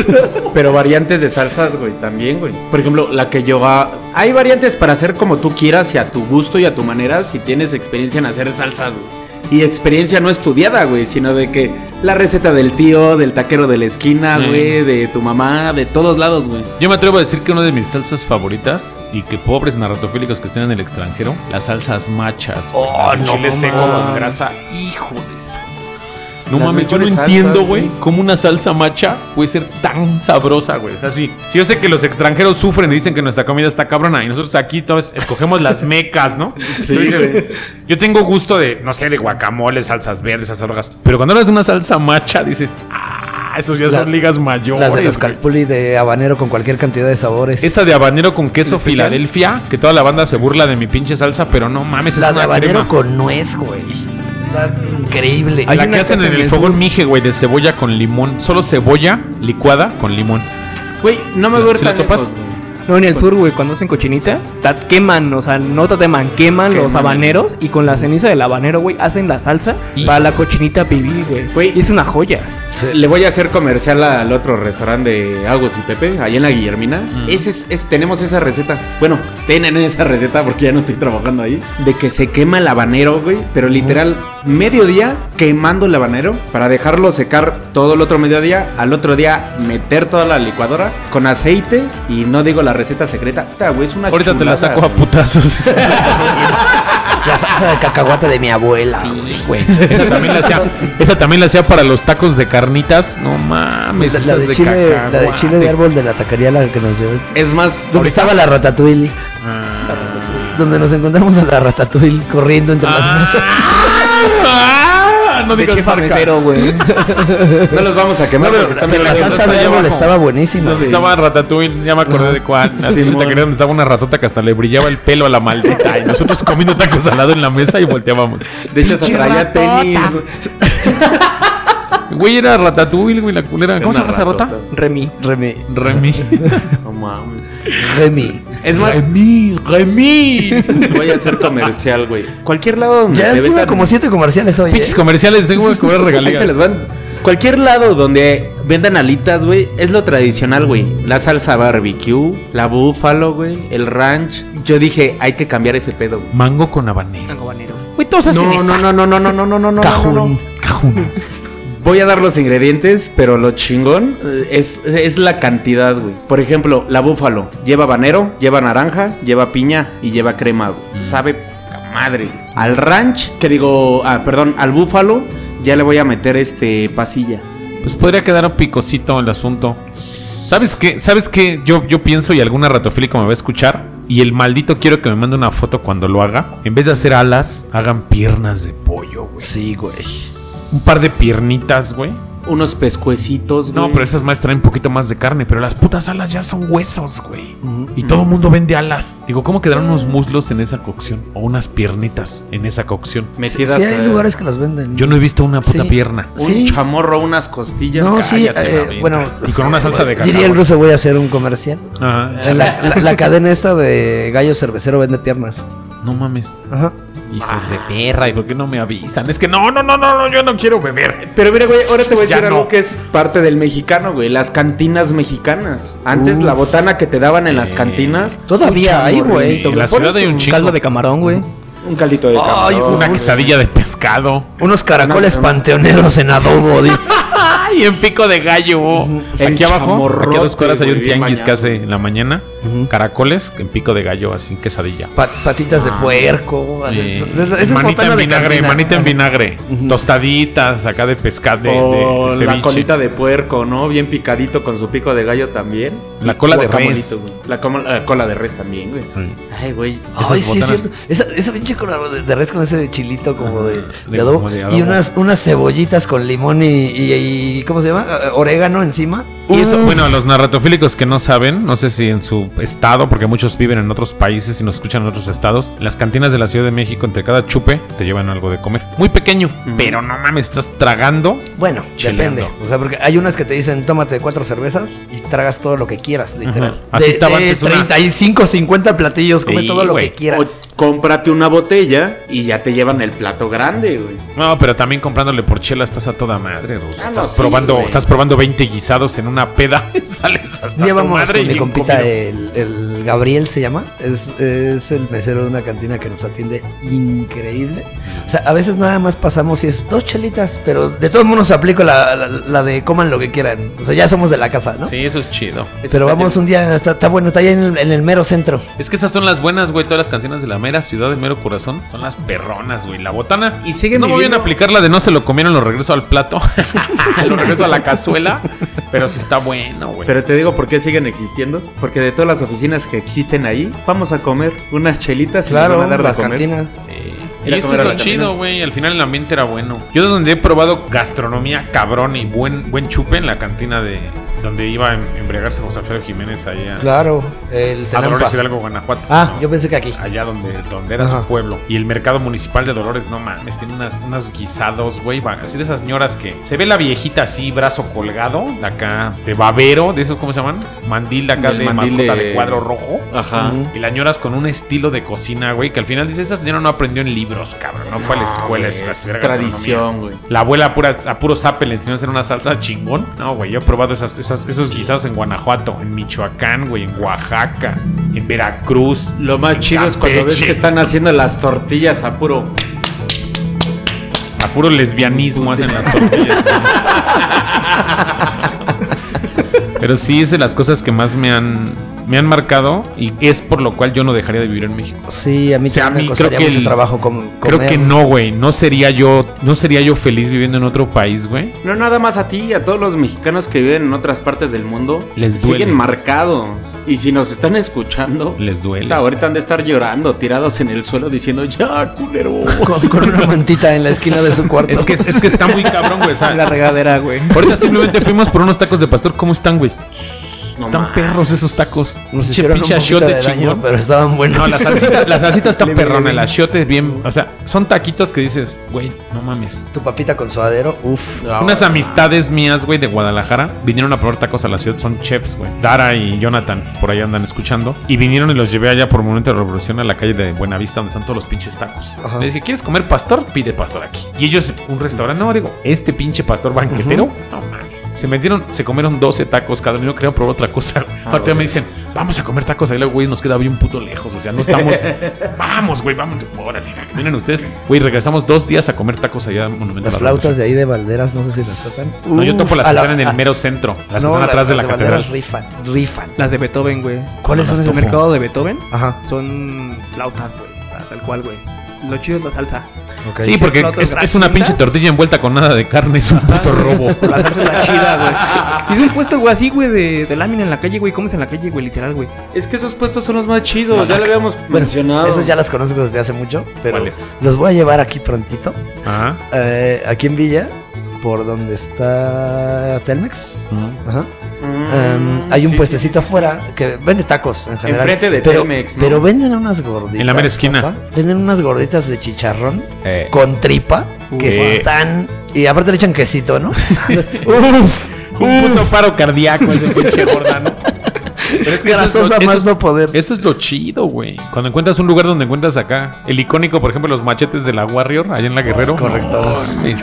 Speaker 6: Pero variantes de salsas, güey, también, güey. Por ejemplo, la que yo ha- Hay variantes para hacer como tú quieras y a tu gusto y a tu manera si tienes experiencia en hacer salsas, güey. Y experiencia no estudiada, güey, sino de que la receta del tío, del taquero de la esquina,
Speaker 5: Sí.
Speaker 6: güey, de tu mamá, de todos lados, güey.
Speaker 5: Yo me atrevo a decir que una de mis salsas favoritas y que pobres narratofílicos que estén en el extranjero, las salsas machas. güey,
Speaker 2: Oh,
Speaker 5: las de
Speaker 2: no
Speaker 5: chile seco con
Speaker 2: mames.
Speaker 5: grasa. Hijo de su- No
Speaker 6: Las
Speaker 5: mames, yo no
Speaker 6: mejores salsas,
Speaker 5: entiendo, güey,
Speaker 6: güey.
Speaker 5: cómo una salsa macha puede ser tan sabrosa, güey. Es así. Si yo sé que los extranjeros sufren y dicen que nuestra comida está cabrona y nosotros aquí todos escogemos las
Speaker 2: *laughs*
Speaker 5: mecas, ¿no? Tú dices, yo tengo gusto de, no sé, de guacamole, salsas verdes, salsas rojas. Pero cuando hablas de una salsa macha, dices, ah, esos ya
Speaker 2: La-
Speaker 5: son ligas mayores.
Speaker 2: Las de los
Speaker 5: güey".
Speaker 2: calpuli de habanero con cualquier cantidad de sabores.
Speaker 5: Esa de habanero con queso Filadelfia, que toda la banda se burla de mi pinche salsa, pero no mames, es
Speaker 2: la de
Speaker 5: una
Speaker 2: habanero
Speaker 5: crema.
Speaker 2: con nuez, güey. Está increíble.
Speaker 7: Hay
Speaker 5: la
Speaker 7: una
Speaker 5: que hacen
Speaker 7: casa
Speaker 5: en
Speaker 7: en
Speaker 5: el
Speaker 7: el
Speaker 5: fogón mije, güey, de cebolla con limón. Solo cebolla licuada con limón.
Speaker 6: Güey, no me
Speaker 5: Sí,
Speaker 6: voy a ir
Speaker 5: sí la
Speaker 6: tan
Speaker 5: topas.
Speaker 6: lejos, güey.
Speaker 7: No, en el sur, güey, cuando hacen cochinita, ta- queman, o sea, no te teman, queman los
Speaker 6: Queman.
Speaker 7: habaneros y con la ceniza del habanero, güey, hacen la salsa para la cochinita pibil, güey.
Speaker 6: Güey.
Speaker 7: Y Es una joya.
Speaker 2: Sí.
Speaker 6: Le voy a hacer comercial al otro restaurante de Agos y Pepe, ahí en la Guillermina. Ese es, es- tenemos esa receta. Bueno, tienen esa receta porque ya no estoy trabajando ahí. De que se quema el habanero, güey. Pero literal, mediodía quemando el habanero para dejarlo secar todo el otro mediodía. Al otro día meter toda la licuadora con aceites y no digo la receta secreta. Puta, güey, es una
Speaker 5: Ahorita te la
Speaker 6: chulada,
Speaker 5: saco a
Speaker 6: güey.
Speaker 5: putazos.
Speaker 2: La salsa de cacahuate de mi abuela.
Speaker 5: Sí, güey. Esa también la hacía, esa también la hacía para los tacos de carnitas. No mames,
Speaker 2: La, la
Speaker 5: esas
Speaker 2: de chile,
Speaker 5: cacahuate.
Speaker 2: la de chile de árbol de la taquería la que nos llevó. Donde
Speaker 6: Es más,
Speaker 2: estaba la ratatouille.
Speaker 5: Ah.
Speaker 2: Donde nos encontramos a la ratatouille corriendo entre las mesas.
Speaker 5: Ah,
Speaker 2: no de chef armesero, *laughs* güey.
Speaker 6: No los vamos a quemar.
Speaker 2: No, pero,
Speaker 6: porque están
Speaker 2: pero
Speaker 6: bien
Speaker 2: la
Speaker 6: ricos.
Speaker 2: salsa de
Speaker 5: allá
Speaker 2: árbol
Speaker 5: abajo.
Speaker 2: estaba buenísima.
Speaker 5: Donde Estaba Ratatouille, ya me acordé de cuál. Así
Speaker 6: Simón.
Speaker 5: te quería donde estaba una ratota que hasta le brillaba el pelo a la maldita. Y nosotros comiendo tacos al lado en la mesa y volteábamos.
Speaker 6: De hecho, se
Speaker 5: Pinche
Speaker 6: traía
Speaker 5: ratota.
Speaker 6: tenis.
Speaker 5: Güey, era Ratatouille, güey, la culera. ¿Cómo se llama
Speaker 6: Una
Speaker 5: esa rota?
Speaker 6: ratota.
Speaker 7: Remy.
Speaker 2: Remy,
Speaker 5: Remy.
Speaker 6: No mames.
Speaker 2: Remy.
Speaker 6: Es
Speaker 5: Ah,
Speaker 6: más,
Speaker 5: Remy, Remy.
Speaker 6: *laughs* voy a hacer comercial, güey. Cualquier lado donde
Speaker 2: Ya
Speaker 6: te
Speaker 2: tuve
Speaker 6: vendan-
Speaker 2: como siete comerciales hoy.
Speaker 5: *laughs* Pinches
Speaker 2: ¿eh?
Speaker 5: comerciales, seguro que cobrar
Speaker 6: Ahí se les
Speaker 5: regalías.
Speaker 6: van.
Speaker 8: Cualquier lado donde vendan alitas, güey, es lo tradicional, güey. La salsa barbecue, la búfalo, güey, el ranch. Yo dije, hay que cambiar ese pedo, güey.
Speaker 5: Mango con habanero.
Speaker 7: Güey, todos hacen
Speaker 6: No,
Speaker 7: esa.
Speaker 6: no, no, no, no, no, no, no, no, no. no, no.
Speaker 2: Cajún.
Speaker 6: Voy a dar los ingredientes, pero lo chingón eh, es, es la cantidad, güey. Por ejemplo, la búfalo. Lleva habanero, lleva naranja, lleva piña y lleva crema, güey.
Speaker 2: Mm.
Speaker 6: Sabe poca madre. Al ranch, que digo, ah, perdón, al búfalo, ya le voy a meter este pasilla.
Speaker 5: Pues podría quedar un picosito el asunto. ¿Sabes qué? ¿Sabes qué? Yo, yo pienso y alguna ratofílica me va a escuchar. Y el maldito quiero que me mande una foto cuando lo haga. En vez de hacer alas, hagan piernas de pollo, güey.
Speaker 2: Sí, güey.
Speaker 5: Un par de piernitas, güey.
Speaker 8: Unos pescuecitos, güey.
Speaker 5: No, pero esas más traen un poquito más de carne. Pero las putas alas ya son huesos, güey. Y todo el mundo vende alas. Digo, ¿cómo quedaron unos muslos en esa cocción? O unas piernitas en esa cocción.
Speaker 2: Sí,
Speaker 6: Metidas
Speaker 2: hay
Speaker 6: eh,
Speaker 2: lugares que las venden.
Speaker 5: Yo no he visto una puta
Speaker 2: Sí.
Speaker 5: pierna.
Speaker 6: un
Speaker 2: Sí.
Speaker 6: chamorro, unas costillas.
Speaker 2: No, sí,
Speaker 5: cállate,
Speaker 2: eh,
Speaker 5: la verga.
Speaker 2: bueno.
Speaker 5: Y con una salsa de Ah,
Speaker 2: Diría el
Speaker 5: cacao.
Speaker 2: ruso, voy a hacer un
Speaker 5: *laughs*
Speaker 2: comercial.
Speaker 5: Ajá.
Speaker 2: La, la- la cadena esta de gallo cervecero vende piernas.
Speaker 5: No mames.
Speaker 2: Ajá.
Speaker 5: Hijos de perra, ¿y por qué no me avisan? Es que no, no, no, no, no, yo no quiero beber.
Speaker 6: Pero mira, güey, ahora te voy a
Speaker 5: Ya
Speaker 6: decir algo
Speaker 5: no.
Speaker 6: que es parte del mexicano, güey. Las cantinas mexicanas. Antes la botana que te daban en las
Speaker 5: Eh.
Speaker 6: cantinas.
Speaker 2: Todavía
Speaker 6: un
Speaker 2: hay, güey.
Speaker 6: chamorrocito,
Speaker 5: En la
Speaker 6: Por
Speaker 5: ciudad hay
Speaker 6: eso,
Speaker 5: un
Speaker 7: Un
Speaker 5: chingo.
Speaker 7: caldo de camarón, güey.
Speaker 6: Un caldito de
Speaker 5: Ay,
Speaker 6: camarón.
Speaker 5: una quesadilla de pescado.
Speaker 2: Unos caracoles
Speaker 6: No, no, no.
Speaker 2: panteoneros en adobo. di.
Speaker 5: Ay, en pico de gallo.
Speaker 6: El
Speaker 5: Aquí abajo,
Speaker 6: chamorrote,
Speaker 5: aquí a dos cuadras hay
Speaker 6: güey,
Speaker 5: un
Speaker 6: bien
Speaker 5: tianguis que
Speaker 6: bañado.
Speaker 5: hace en la mañana.
Speaker 2: Ujú.
Speaker 5: Caracoles en pico de gallo, así quesadilla.
Speaker 2: Pa- patitas de puerco. así.
Speaker 5: Eh,
Speaker 2: Esa es
Speaker 5: Ah. manita
Speaker 2: botana
Speaker 5: en
Speaker 2: de
Speaker 5: vinagre,
Speaker 2: cantina.
Speaker 5: manita en vinagre. Tostaditas acá de pescado. De,
Speaker 6: O
Speaker 5: de
Speaker 6: la
Speaker 5: ceviche.
Speaker 6: colita de puerco, ¿no? Bien picadito con su pico de gallo también.
Speaker 5: La
Speaker 6: Y
Speaker 5: cola de
Speaker 6: guacamolito,
Speaker 5: res.
Speaker 6: güey. La, como- la cola de res también, güey.
Speaker 5: Sí.
Speaker 6: Ay, güey.
Speaker 2: Ay,
Speaker 5: Esas
Speaker 2: sí, es
Speaker 5: botanas.
Speaker 2: cierto. Esa, esa pinche cola de, de res con ese chilito como de,
Speaker 5: Ajá,
Speaker 2: de
Speaker 5: de-
Speaker 2: adobo.
Speaker 5: como de
Speaker 2: Y
Speaker 5: adobo.
Speaker 2: unas, unas cebollitas con limón y, y- y- ¿Cómo se llama? Eh, Orégano encima. pues,
Speaker 5: Y eso,
Speaker 2: Uf.
Speaker 5: Uh, bueno, a los narratofílicos que no saben, no sé si en su estado, porque muchos viven en otros países y nos escuchan en otros estados, en las cantinas de la Ciudad de México, entre cada chupe, te llevan algo de comer. Muy pequeño, pero no mames, estás tragando.
Speaker 2: Bueno,
Speaker 5: Chileando.
Speaker 2: depende. O sea, porque hay unas que te dicen tómate cuatro cervezas y tragas todo lo que quieras, literal.
Speaker 5: Ajá. Así
Speaker 2: de,
Speaker 5: estaba
Speaker 2: de
Speaker 5: antes una-
Speaker 2: 35, 50 platillos, comes
Speaker 5: Sí,
Speaker 2: todo lo
Speaker 5: güey.
Speaker 2: que quieras.
Speaker 6: O cómprate una botella y ya te llevan el plato grande, güey.
Speaker 5: No, pero también comprándole por chela estás a toda madre, Ruso.
Speaker 6: Ah, no,
Speaker 5: estás
Speaker 6: sí,
Speaker 5: probando,
Speaker 6: güey.
Speaker 5: estás probando 20 guisados en una peda, *laughs* y sales hasta
Speaker 2: Ya
Speaker 5: tu
Speaker 2: vamos
Speaker 5: madre
Speaker 2: con mi
Speaker 5: y
Speaker 2: compita,
Speaker 5: comido.
Speaker 2: el, el Gabriel se llama. Es, es el mesero de una cantina que nos atiende increíble. O sea, a veces nada más pasamos y es dos chelitas, pero de todo el mundo se aplica la, la- la de coman lo que quieran. O sea, ya somos de la casa, ¿no?
Speaker 5: Sí, eso es chido.
Speaker 2: Pero vamos un día, está, está bueno, está allá en el, en el mero centro.
Speaker 5: Es que esas son las buenas, güey. Todas las cantinas de la mera ciudad del mero corazón son las perronas, güey. La botana.
Speaker 8: Y siguen
Speaker 5: No me voy a
Speaker 8: viviendo-
Speaker 5: aplicar la de no se lo comieron, lo regreso al plato. *laughs* lo regreso a la cazuela. Pero sí está bueno, güey.
Speaker 6: Pero te digo por qué siguen existiendo. Porque de todas las oficinas que existen ahí, vamos a comer unas chelitas y nos van a dar de
Speaker 2: la
Speaker 6: comer.
Speaker 2: cantina.
Speaker 5: Eh,
Speaker 6: Ir
Speaker 5: y
Speaker 6: a
Speaker 5: eso es
Speaker 6: comer
Speaker 5: lo
Speaker 6: a la cantina.
Speaker 5: chido, güey. Al final el ambiente era bueno. Yo donde he probado gastronomía cabrón y buen, buen chupe en la cantina de donde iba a em- embriagarse José Alfredo Jiménez allá
Speaker 2: Claro, el
Speaker 5: a
Speaker 2: Tenampa.
Speaker 5: Dolores Hidalgo, Guanajuato.
Speaker 2: Ah,
Speaker 5: ¿no?
Speaker 2: yo pensé que aquí.
Speaker 5: allá donde, donde era
Speaker 2: Ajá.
Speaker 5: su pueblo. Y el mercado municipal de Dolores, no mames, tiene unas, unos guisados, güey, va- así de esas señoras que se ve la viejita así, brazo colgado, de acá, de babero, de esos, ¿cómo se llaman? Mandil de acá
Speaker 6: Del
Speaker 5: de
Speaker 6: mandil
Speaker 5: mascota de...
Speaker 6: de
Speaker 5: cuadro rojo.
Speaker 6: Ajá.
Speaker 5: Y las señoras con un estilo de cocina, güey, que al final dice, esa señora no aprendió en libros, cabrón, no, fue a la escuela,
Speaker 6: güey,
Speaker 5: es, una
Speaker 6: es tradición, güey.
Speaker 5: la abuela a, pura- a puro zape le enseñó a hacer una salsa chingón. No, güey, yo he probado esas, esas- esos guisados en Guanajuato, en Michoacán, güey, en Oaxaca, en Veracruz.
Speaker 6: Lo más
Speaker 5: en
Speaker 6: chido es cuando ves
Speaker 5: Campeche.
Speaker 6: que están haciendo las tortillas a puro.
Speaker 5: A puro lesbianismo hacen las tortillas. Pero sí es de las cosas que más me han me han marcado y es por lo cual yo no dejaría de vivir en México.
Speaker 2: Sí, a mí
Speaker 5: O sea, a
Speaker 2: también
Speaker 5: mí
Speaker 2: me
Speaker 5: creo
Speaker 2: costaría
Speaker 5: que
Speaker 2: mucho
Speaker 5: el-
Speaker 2: trabajo com-
Speaker 5: Creo
Speaker 2: comer.
Speaker 5: que no, güey. No sería yo, no sería yo feliz viviendo en otro país, güey.
Speaker 6: No nada más a ti y a todos los mexicanos que viven en otras partes del mundo.
Speaker 5: Les duele.
Speaker 6: siguen marcados. Y si nos están escuchando,
Speaker 5: Les duele.
Speaker 6: puta, ahorita han de estar llorando, tirados en el suelo diciendo, ya,
Speaker 5: *laughs*
Speaker 6: culero.
Speaker 2: *laughs* Con, con una mantita en la esquina de su cuarto.
Speaker 5: Es que, es que está muy cabrón, güey. o sea,
Speaker 7: En
Speaker 5: *laughs*
Speaker 7: la regadera, güey.
Speaker 5: ahorita simplemente fuimos por unos tacos de pastor. ¿Cómo están, güey?
Speaker 6: No
Speaker 5: están
Speaker 6: mames.
Speaker 5: perros esos tacos.
Speaker 2: *laughs* Nos
Speaker 5: Pinche
Speaker 2: hicieron un
Speaker 5: pinche
Speaker 2: poquito
Speaker 5: achiote
Speaker 2: de daño,
Speaker 5: chingón.
Speaker 2: pero estaban buenos.
Speaker 5: No, la salsita, la salsita está perrona, el achiote es bien. O sea, son taquitos que dices, güey, no mames.
Speaker 2: *laughs* Tu papita con suadero, uf.
Speaker 5: Unas amistades mías, güey, de Guadalajara vinieron a probar tacos a la ciudad. Son chefs, güey. Dara y Jonathan, por ahí andan escuchando. Y vinieron y los llevé allá por Monumento de la Revolución a la calle de Buenavista, donde están todos los pinches tacos.
Speaker 2: Ajá.
Speaker 5: Les dije, ¿quieres comer pastor? Pide pastor aquí. Y ellos, un restaurante, no, digo, este pinche pastor banquetero, no mames. Se metieron, se comieron 12 tacos cada uno. Yo quería probar otra cosa.
Speaker 2: Ah,
Speaker 5: Aparte me dicen, vamos a comer tacos. Ahí, luego, güey, nos queda bien puto lejos. O sea, no
Speaker 2: *laughs*
Speaker 5: estamos. vamos, güey, vamos. Órale, miren ustedes. Güey, regresamos dos días a comer tacos allá en Monumento a
Speaker 2: Las
Speaker 5: la
Speaker 2: flautas
Speaker 5: Revolución.
Speaker 2: de ahí de Valderas, no sé si las tocan.
Speaker 5: No, yo topo las
Speaker 2: a
Speaker 5: que
Speaker 2: la-
Speaker 5: están en
Speaker 2: a-
Speaker 5: el mero centro, ah. las
Speaker 2: No,
Speaker 5: que están atrás de la
Speaker 2: las Valderas
Speaker 5: catedral.
Speaker 2: rifan, rifan.
Speaker 7: Las de Beethoven, güey.
Speaker 2: ¿Cuáles son
Speaker 7: Las del
Speaker 2: esas?
Speaker 7: mercado de Beethoven
Speaker 2: Ajá.
Speaker 7: son flautas, güey. O sea, Tal cual, güey. Lo chido es la salsa.
Speaker 2: ok.
Speaker 5: Sí, porque
Speaker 7: Las flautas
Speaker 5: es, es una
Speaker 7: grasitas.
Speaker 5: pinche tortilla envuelta con nada de carne, es un puto robo.
Speaker 7: La
Speaker 2: *laughs*
Speaker 7: salsa es la chida, güey. Hice un puesto, güey, así, güey, de, de lámina en la calle, güey. Comes en la calle, güey, literal, güey.
Speaker 6: Es que esos puestos son los más chidos, ya lo habíamos mencionado.
Speaker 2: Esas ya las conozco desde hace mucho, pero
Speaker 5: ¿Cuáles?
Speaker 2: los voy a llevar aquí prontito.
Speaker 5: *laughs* Ajá.
Speaker 2: Eh, aquí en Villa, por donde está Telmex. Ajá. Em, hay un
Speaker 6: Mm, sí,
Speaker 2: puestecito afuera que vende tacos en general.
Speaker 6: Enfrente de
Speaker 2: pero,
Speaker 6: Telmex, ¿no?
Speaker 2: Pero venden unas gorditas.
Speaker 5: En la mera esquina.
Speaker 2: Venden unas gorditas de chicharrón
Speaker 5: Eh.
Speaker 2: con tripa que
Speaker 5: Eh.
Speaker 2: están. Y aparte le echan quesito,
Speaker 6: *laughs*
Speaker 2: ¿no? Uf,
Speaker 5: Un puto paro cardíaco ese pinche gorda, ¿no? Pero es eso lo-
Speaker 2: grasosa
Speaker 5: eso
Speaker 2: más
Speaker 5: es-
Speaker 2: no poder.
Speaker 5: Eso es lo chido, güey. Cuando encuentras un lugar donde encuentras acá, el icónico, por ejemplo, los machetes de la Warrior, allá en la Guerrero.
Speaker 2: Es correcto.
Speaker 5: No, es-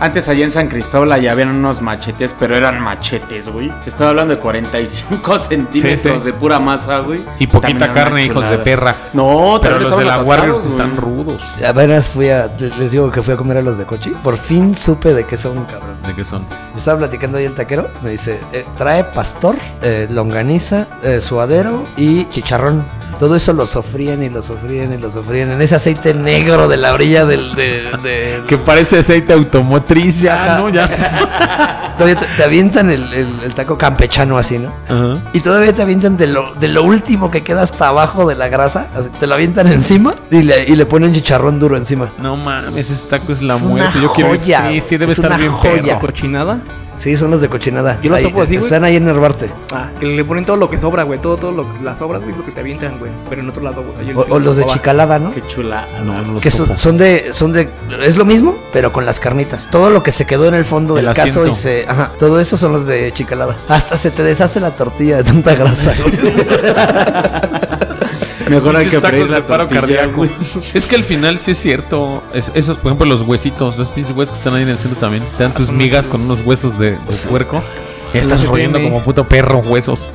Speaker 6: Antes allá en San Cristóbal allá habían unos machetes, pero eran machetes, güey. Te estaba hablando de 45 *laughs* centímetros
Speaker 5: Sí, sí.
Speaker 6: de pura masa, güey.
Speaker 5: Y
Speaker 6: También
Speaker 5: poquita
Speaker 6: era
Speaker 5: carne,
Speaker 6: una
Speaker 5: hijos de
Speaker 6: chulada.
Speaker 5: perra.
Speaker 6: No,
Speaker 5: Pero
Speaker 6: también
Speaker 5: los de
Speaker 6: estaban
Speaker 5: la
Speaker 6: asados,
Speaker 5: Warriors
Speaker 6: güey.
Speaker 5: están rudos.
Speaker 2: Apenas fui a. Les digo que fui a comer a los de Cochi. Por fin supe de qué son, cabrón.
Speaker 5: ¿De qué son?
Speaker 2: Estaba platicando ahí el taquero. Me dice: eh, trae pastor, eh, longaniza, eh, suadero y chicharrón. Todo eso lo sofrían y lo sofrían y lo sofrían en ese aceite negro de la orilla del. de-
Speaker 7: *laughs*
Speaker 2: del-
Speaker 5: Que parece aceite automotriz ya,
Speaker 2: Ajá.
Speaker 5: Ah, ¿no? Ya. *laughs*
Speaker 2: Todavía te, te avientan el, el- el taco campechano así, ¿no?
Speaker 5: Ajá.
Speaker 2: Y todavía te avientan de lo, de lo último que queda hasta abajo de la grasa. así, te lo avientan encima y le, y le ponen chicharrón duro encima.
Speaker 5: No mames, ese taco es la
Speaker 2: Es una
Speaker 5: muerte. Yo quiero.
Speaker 2: joya,
Speaker 5: sí,
Speaker 2: güey.
Speaker 5: sí, debe
Speaker 2: Es
Speaker 5: estar
Speaker 2: una
Speaker 5: bien
Speaker 2: joya.
Speaker 5: perro.
Speaker 7: Cochinada.
Speaker 2: Sí, son los de cochinada.
Speaker 7: Yo los
Speaker 2: Ahí,
Speaker 7: topo así, güey.
Speaker 2: están ahí en Herbarte.
Speaker 7: Ah, que le ponen todo lo que sobra, güey. Todo, todo lo, las sobras, güey, es lo que te avientan, güey. Pero en otro lado, güey. o sea, yo
Speaker 2: O,
Speaker 7: sí
Speaker 2: o los de
Speaker 7: probaba.
Speaker 2: chicalada, ¿no?
Speaker 6: Qué chula.
Speaker 5: No, no los
Speaker 2: Que son,
Speaker 5: topo.
Speaker 2: son de, son de, es lo mismo, pero con las carnitas. Todo lo que se quedó en el fondo
Speaker 5: El
Speaker 2: del caso
Speaker 5: asiento.
Speaker 2: y se, ajá, todo eso son los de chicalada. Hasta se te deshace la tortilla de tanta
Speaker 5: *laughs*
Speaker 2: grasa.
Speaker 6: Mejor hay
Speaker 5: Pinches
Speaker 6: que
Speaker 5: tacos
Speaker 6: freír
Speaker 5: de
Speaker 6: la
Speaker 5: paro
Speaker 6: tortilla,
Speaker 5: cardíaco.
Speaker 6: güey.
Speaker 5: *laughs* Es que al final sí es cierto. Es- esos, por ejemplo, los huesitos, los pinches huesos que están ahí en el centro también. Te dan tus migas con unos huesos de, de puerco. Estás
Speaker 7: Los
Speaker 5: royendo
Speaker 7: tiene.
Speaker 5: como puto perro huesos.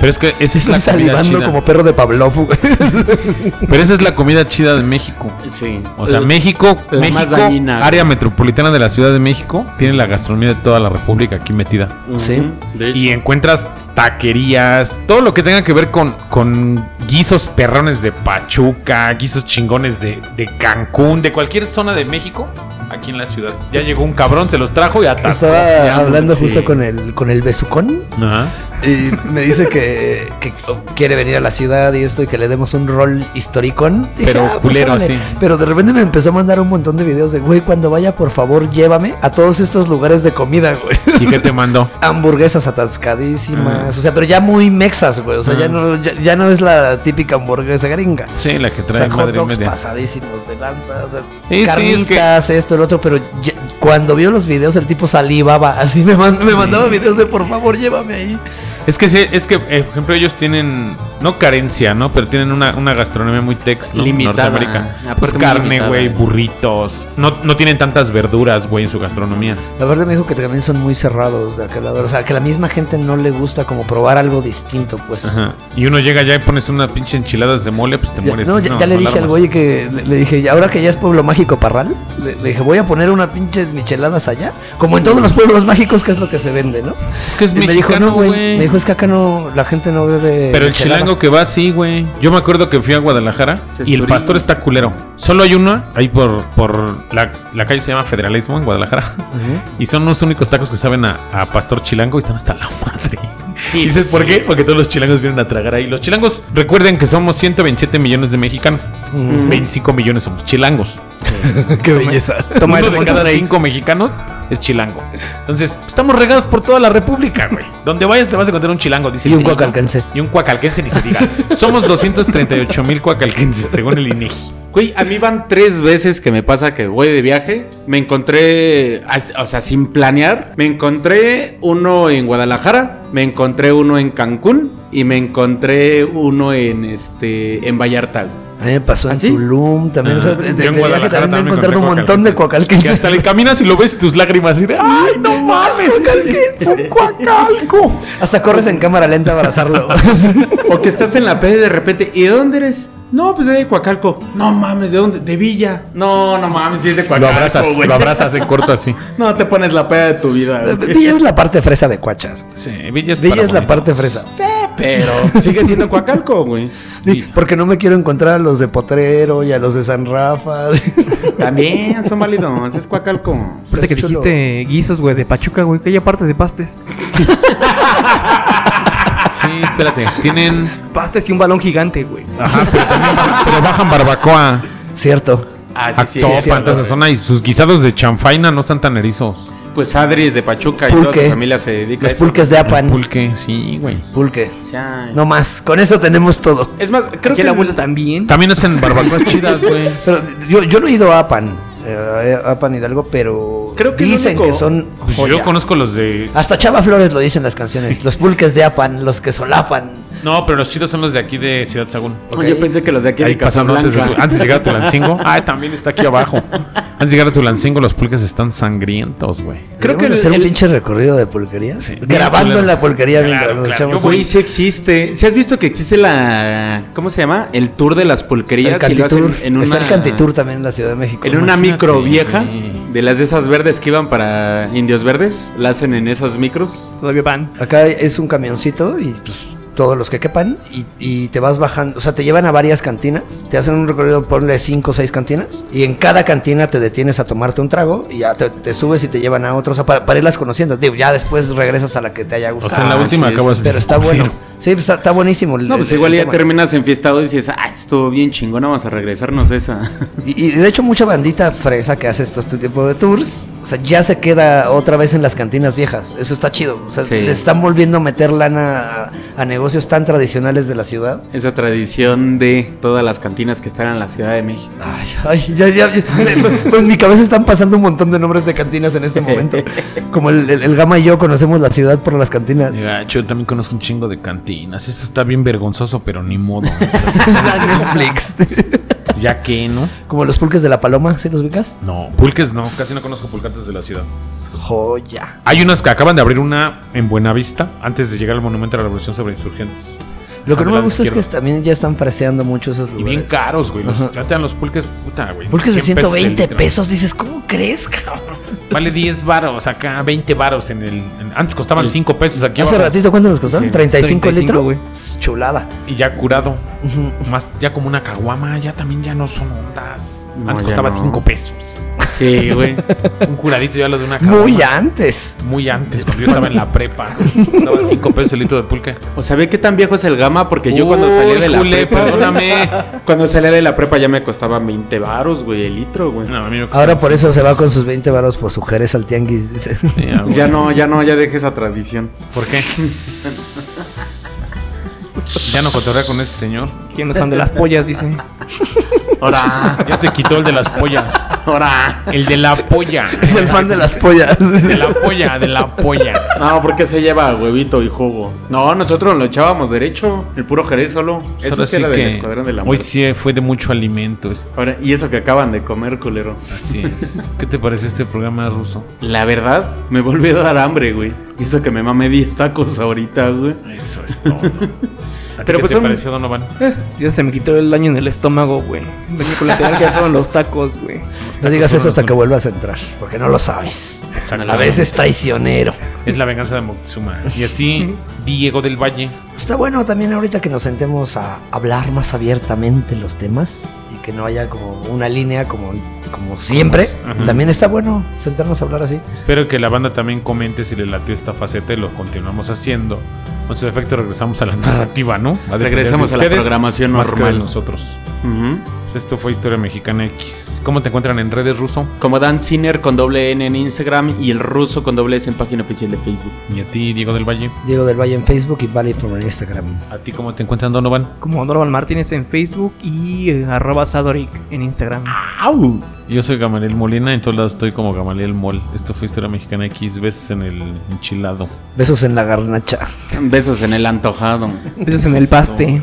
Speaker 5: Pero es que esa es la
Speaker 2: Estoy
Speaker 5: comida
Speaker 2: salivando
Speaker 5: chida.
Speaker 2: como perro de Pavlov. güey.
Speaker 5: *laughs* Pero esa es la comida chida de México.
Speaker 6: Sí.
Speaker 5: O sea,
Speaker 6: Eh,
Speaker 5: México,
Speaker 6: la
Speaker 5: México,
Speaker 6: más dañina, güey.
Speaker 5: área metropolitana de la Ciudad de México, tiene la gastronomía de toda la República aquí metida.
Speaker 2: Sí.
Speaker 6: De hecho.
Speaker 5: Y encuentras taquerías, todo lo que tenga que ver con, con guisos perrones de Pachuca, guisos chingones de, de Cancún, de cualquier zona de México, aquí en la ciudad. Ya llegó un cabrón, se los trajo y
Speaker 2: *laughs*
Speaker 5: atascó.
Speaker 2: Estaba
Speaker 5: Ya,
Speaker 2: hablando
Speaker 5: sí.
Speaker 2: justo con el, con el besucón
Speaker 5: Ajá.
Speaker 2: y me dice que, que quiere venir a la ciudad y esto y que le demos un rol historicón. Dije,
Speaker 5: Pero
Speaker 2: pues,
Speaker 5: culero,
Speaker 2: órale".
Speaker 5: así.
Speaker 2: Pero de repente me empezó a mandar un montón de videos de, güey, cuando vaya, por favor, llévame a todos estos lugares de comida, güey.
Speaker 5: ¿Y qué te mandó?
Speaker 2: hamburguesas atascadísimas,
Speaker 5: Mm.
Speaker 2: o sea, pero ya muy mexas, güey, o sea, ya, no, ya, ya no es la típica hamburguesa gringa.
Speaker 5: Sí, la que
Speaker 2: O
Speaker 5: trae
Speaker 2: sea, hot
Speaker 5: madre
Speaker 2: dogs
Speaker 5: media.
Speaker 2: pasadísimos de lanza, o sea,
Speaker 5: Sí, sí, es que-
Speaker 2: carnitas, esto, el otro, pero ya- cuando vio los videos el tipo salivaba, así me, mand- me mandaba videos de por favor llévame ahí.
Speaker 5: Es que sí, es que, eh, por ejemplo, ellos tienen no carencia, ¿no? Pero tienen una, una gastronomía muy tex, ¿no?
Speaker 8: Limitada.
Speaker 5: Norteamérica.
Speaker 8: Aparte
Speaker 5: Pues
Speaker 8: muy
Speaker 5: carne,
Speaker 8: limitada.
Speaker 5: güey, burritos. No, no tienen tantas verduras, güey, en su gastronomía.
Speaker 2: La verdad me dijo que también son muy cerrados de aquel lado. O sea, que a la misma gente no le gusta como probar algo distinto, pues.
Speaker 5: Ajá. Y uno llega allá y pones unas pinche enchiladas de mole, pues te
Speaker 2: Ya-
Speaker 5: mueres.
Speaker 2: no, ya, ya le dije al
Speaker 5: larvas.
Speaker 2: güey que le, le dije, "Y ahora que ya es pueblo mágico Parral, le, le dije, voy a poner una pinche micheladas allá, como en todos los pueblos mágicos, que es lo que se vende, ¿no?
Speaker 5: Es que es
Speaker 2: Y me dijo,
Speaker 5: mexicano,
Speaker 2: no, güey.
Speaker 5: güey.
Speaker 2: Me dijo, es que acá no, la gente no bebe.
Speaker 5: Pero el
Speaker 2: michelada".
Speaker 5: chilango que va, sí, güey. Yo me acuerdo que fui a Guadalajara y el
Speaker 6: Cesturín.
Speaker 5: pastor está culero. Solo hay una, ahí por, por la, la calle se llama Federalismo en Guadalajara. *laughs* Y son los únicos tacos que saben a, a pastor chilango y están hasta la madre. ¿Y ¿Dices por qué? Porque todos los chilangos vienen a tragar ahí. Los chilangos, recuerden que somos 127 millones de mexicanos. 25 millones somos chilangos.
Speaker 2: Qué belleza.
Speaker 7: Toma eso,
Speaker 5: Uno de cada cinco mexicanos es chilango. Entonces, pues, estamos regados por toda la república, güey. Donde vayas te vas a encontrar un chilango, dice
Speaker 2: Y
Speaker 5: el
Speaker 2: un
Speaker 5: señor, ¿no?
Speaker 2: cuacalquense.
Speaker 5: Y un cuacalquense ni se diga. Somos 238 mil cuacalquenses, según el INEGI.
Speaker 6: Güey, a mí van tres veces que me pasa que voy de viaje. Me encontré, as- o sea, sin planear. Me encontré uno en Guadalajara, me encontré uno en Cancún y me encontré uno en este, en Vallarta. güey.
Speaker 2: A mí me pasó en
Speaker 6: ¿Ah, sí?
Speaker 2: Tulum también. o sea,
Speaker 5: Yo
Speaker 2: de,
Speaker 5: en
Speaker 2: de- de viaje
Speaker 5: Guadalajara
Speaker 2: también me he
Speaker 5: también
Speaker 2: encontrado un
Speaker 5: encontré
Speaker 2: montón de
Speaker 5: Que hasta le
Speaker 2: cuacalquenses.
Speaker 5: caminas y lo ves y tus lágrimas y de ¡Ay,
Speaker 2: *laughs*
Speaker 5: no mames! ¡Un cuacalco!
Speaker 2: Hasta corres en cámara lenta a abrazarlo.
Speaker 6: *laughs*
Speaker 5: *laughs*
Speaker 6: O que estás en la peda y de repente, ¿y de dónde eres? No, pues de Coacalco. No mames, ¿de dónde? De Villa. No, no mames, si es de
Speaker 5: Lo
Speaker 6: Coacalco.
Speaker 5: abrazas,
Speaker 6: güey.
Speaker 5: lo abrazas en corto así.
Speaker 6: No te pones la peda de tu vida. güey.
Speaker 2: Villa es la parte fresa de cuachas.
Speaker 5: Sí, Villa es,
Speaker 2: Villa
Speaker 5: para
Speaker 2: es la
Speaker 5: bonitos.
Speaker 2: parte fresa.
Speaker 6: Pero sigue siendo Coacalco, güey.
Speaker 2: Sí, Porque no me quiero encontrar a los de Potrero y a los de San Rafa. *laughs*
Speaker 6: También son válidos, es Coacalco.
Speaker 7: Aparte que
Speaker 2: Chulo.
Speaker 7: dijiste guisos, güey, de Pachuca, güey, que hay aparte de pastes.
Speaker 5: Sí, espérate. Tienen.
Speaker 7: Pastes y un balón gigante, güey.
Speaker 5: Ajá, pero *laughs* también. Pero bajan barbacoa.
Speaker 2: Cierto.
Speaker 6: Ah, sí, sí,
Speaker 5: Actopan,
Speaker 6: es cierto,
Speaker 5: toda esa
Speaker 6: güey.
Speaker 5: zona y sus guisados de chanfaina no están tan erizos.
Speaker 6: Pues Adri es de Pachuca y toda
Speaker 2: Pulque.
Speaker 6: su familia se dedica
Speaker 2: Los
Speaker 6: a eso.
Speaker 2: pulques de
Speaker 5: El
Speaker 2: Apan.
Speaker 5: pulque, sí, güey.
Speaker 2: Pulque.
Speaker 6: Chay.
Speaker 2: No más. Con eso tenemos todo.
Speaker 6: Es más, creo que
Speaker 7: Aquí a la vuelta también.
Speaker 5: También hacen *laughs* barbacoas chidas, güey.
Speaker 2: Pero yo, yo no he ido a Apan. eh, a Apan Hidalgo, pero
Speaker 6: Creo que el
Speaker 2: dicen
Speaker 6: único-
Speaker 2: que son.
Speaker 5: Pues
Speaker 2: joya.
Speaker 5: yo conozco los de.
Speaker 2: Hasta Chava Flores lo dicen las canciones. Los pulques de Apan, los que solapan.
Speaker 5: No, pero los chidos son los de aquí de Ciudad Sagún.
Speaker 6: Oye, yo pensé que los de aquí
Speaker 5: Ahí
Speaker 6: de
Speaker 5: pasando antes de,
Speaker 6: Casablanca.
Speaker 5: antes de llegar a
Speaker 2: *laughs*
Speaker 5: Tulancingo. Ah, también está aquí abajo. Antes de llegar a Tulancingo, los pulques están sangrientos, güey.
Speaker 2: Creo que
Speaker 6: que el-
Speaker 2: hacer
Speaker 6: el-
Speaker 2: un pinche recorrido de pulquerías.
Speaker 5: Sí.
Speaker 2: Grabando en la pulquería
Speaker 5: Claro,
Speaker 2: mientras nos
Speaker 5: claro.
Speaker 2: echamos
Speaker 5: Yo voy
Speaker 2: un-
Speaker 6: Güey, sí existe. ¿Sí has visto que existe la. ¿Cómo se llama? El tour de las
Speaker 2: el
Speaker 6: pulquerías. y lo hacen
Speaker 2: Cantitur.
Speaker 6: en una,
Speaker 2: Está el Cantitur también en la Ciudad de México.
Speaker 6: En una
Speaker 5: Imagínate,
Speaker 6: micro vieja,
Speaker 5: güey.
Speaker 6: de las de esas verdes que iban para indios verdes, la hacen en esas micros.
Speaker 7: Todavía van.
Speaker 2: Acá es un camioncito y pues todos los que quepan y, y te vas bajando, o sea, te llevan a varias cantinas, te hacen un recorrido, ponle cinco o seis cantinas y en cada cantina te detienes a tomarte un trago y ya te, te subes y te llevan a otros, o sea, para, para irlas conociendo, digo, ya después regresas a la que te haya
Speaker 5: O
Speaker 2: gustado.
Speaker 5: sea, en la
Speaker 6: Ah,
Speaker 5: última
Speaker 6: sí,
Speaker 5: acabas.
Speaker 2: pero está bueno. Sí, pues, está, está buenísimo. el-
Speaker 6: No, pues
Speaker 2: el-
Speaker 6: igual
Speaker 2: el
Speaker 6: ya
Speaker 2: tema.
Speaker 6: terminas enfiestado y dices, ah, estuvo bien chingón, vamos a regresarnos esa. *laughs*
Speaker 2: Y, y de hecho mucha bandita fresa que hace estos tipo de tours, o sea, ya se queda otra vez en las cantinas viejas. Eso está chido. O sea,
Speaker 6: Sí.
Speaker 2: le están volviendo a meter lana a- a negocios tan tradicionales de la ciudad.
Speaker 6: Esa tradición de todas las cantinas que están en la Ciudad de México.
Speaker 2: *laughs* Ay, ay, ya, ya, *laughs* ya. Pues, pues en mi cabeza están pasando un montón de nombres de cantinas en este
Speaker 5: *laughs*
Speaker 2: momento. Como el, el- el Gama y yo conocemos la ciudad por las cantinas. *laughs*
Speaker 5: Mira, yo también conozco un chingo de cantinas. Eso está bien vergonzoso, pero ni modo.
Speaker 2: La Netflix.
Speaker 5: *laughs*
Speaker 2: *laughs*
Speaker 5: ya que, ¿no?
Speaker 2: Como los pulques de la paloma, ¿sí los ubicas?
Speaker 5: No, pulques no. Casi no conozco pulcates de la ciudad.
Speaker 2: Joya.
Speaker 5: Hay unas que acaban de abrir una en Buenavista antes de llegar al Monumento a la Revolución sobre Insurgentes.
Speaker 2: Lo que no
Speaker 5: Están del
Speaker 2: me
Speaker 5: lado
Speaker 2: gusta es que
Speaker 5: izquierdo.
Speaker 2: también ya están freseando mucho esos
Speaker 5: Y
Speaker 2: lugares.
Speaker 5: bien caros, güey. Los,
Speaker 2: Ajá.
Speaker 5: ya te dan los pulques, puta, güey.
Speaker 2: Pulques de
Speaker 5: 100 pesos el
Speaker 2: 120
Speaker 5: litro.
Speaker 2: pesos, dices, ¿cómo crees, cabrón?
Speaker 5: Vale 10 varos acá, 20 varos en el... en- antes costaban 5 pesos aquí
Speaker 2: Hace
Speaker 5: abajo.
Speaker 2: ratito, ¿cuánto nos costó?
Speaker 5: Sí,
Speaker 2: 35,
Speaker 7: 35
Speaker 2: el litro.
Speaker 7: güey.
Speaker 2: Chulada.
Speaker 5: Y ya curado.
Speaker 2: Ujú.
Speaker 5: Más, ya como una caguama, ya también ya no son ondas.
Speaker 6: No,
Speaker 5: antes
Speaker 6: ya
Speaker 5: costaba
Speaker 6: no.
Speaker 5: 5 pesos.
Speaker 6: Sí, güey.
Speaker 5: Un curadito ya lo de una caguama.
Speaker 2: Muy antes.
Speaker 5: Muy antes, cuando yo estaba en la prepa. Costaba 5 pesos el litro de pulque.
Speaker 6: O sea, ve qué tan viejo es el gama, porque yo cuando
Speaker 5: Uy,
Speaker 6: salí de la
Speaker 5: Jule, *laughs*
Speaker 6: prepa.
Speaker 5: perdóname.
Speaker 6: Cuando salía de la prepa ya me costaba 20 varos, güey, el litro, güey.
Speaker 5: No, a mí me costaba
Speaker 2: Ahora por
Speaker 5: cinco.
Speaker 2: eso se va con sus 20 varos por su jerez al tianguis. dice.
Speaker 5: Sí, ah, güey.
Speaker 6: Ya no, ya no, ya dejé esa tradición.
Speaker 5: ¿Por qué? ya no cotorrea con ese señor.
Speaker 7: ¿Quién no están de las pollas? Dice.
Speaker 5: Ahora, ya se quitó el de las pollas.
Speaker 6: Ahora.
Speaker 5: El de la polla.
Speaker 2: *laughs* Es el fan de las *laughs* pollas.
Speaker 5: De la polla, de la polla.
Speaker 6: No, porque se lleva huevito y jugo. No, nosotros lo echábamos derecho. El puro jerez solo. Eso
Speaker 5: Pues Ahora
Speaker 6: sí era
Speaker 5: que
Speaker 6: del escuadrón de la
Speaker 5: Hoy
Speaker 6: muerte.
Speaker 5: sí fue de mucho alimento. es-
Speaker 6: Ahora, y eso que acaban de comer, culero.
Speaker 5: Así es. ¿Qué te pareció este programa ruso?
Speaker 6: La verdad, me volvió a dar hambre, güey. Y eso que me mamé 10 tacos ahorita, güey.
Speaker 5: Eso es *laughs* todo.
Speaker 6: Pero
Speaker 5: Pero
Speaker 6: pues
Speaker 5: pues te
Speaker 6: son-
Speaker 5: pareció Donovan?
Speaker 7: Ya se me quitó el daño en el estómago, güey. El daño colateral que fueron los tacos, güey.
Speaker 2: No digas eso hasta que vuelvas a entrar, porque no lo sabes. A veces traicionero.
Speaker 5: Es la venganza de Moctezuma. Y a
Speaker 6: *laughs*
Speaker 5: ti, Diego del Valle.
Speaker 2: Está bueno también ahorita que nos sentemos a hablar más abiertamente los temas y que no haya como una línea como, como siempre.
Speaker 5: Ajá.
Speaker 2: También está bueno sentarnos a hablar así.
Speaker 5: Espero que la banda también comente si le latió esta faceta y lo continuamos haciendo. Con su efecto regresamos a la narrativa, ¿no? Va a depender
Speaker 6: Regresamos
Speaker 5: de
Speaker 6: a la
Speaker 5: ustedes
Speaker 6: programación
Speaker 5: más que de
Speaker 6: normal.
Speaker 5: nosotros.
Speaker 6: Ujú.
Speaker 5: Pues Esto fue Historia Mexicana X. ¿Cómo te encuentran en redes ruso?
Speaker 6: Como Dan Sinner con doble N en Instagram y el ruso con doble S en página oficial de Facebook.
Speaker 5: Y a ti, Diego del Valle.
Speaker 2: Diego del Valle en Facebook y Valley from en Instagram.
Speaker 5: ¿A ti cómo te encuentran, Donovan?
Speaker 7: Como Donovan Martínez en Facebook y eh, arroba Sadoric en Instagram.
Speaker 5: Yo soy Gamaliel Molina, en todos lados estoy como Gamaliel Mol. Esto fue Historia Mexicana X, besos en el enchilado.
Speaker 2: Besos en la garnacha.
Speaker 6: Besos en el antojado.
Speaker 7: Besos en el paste.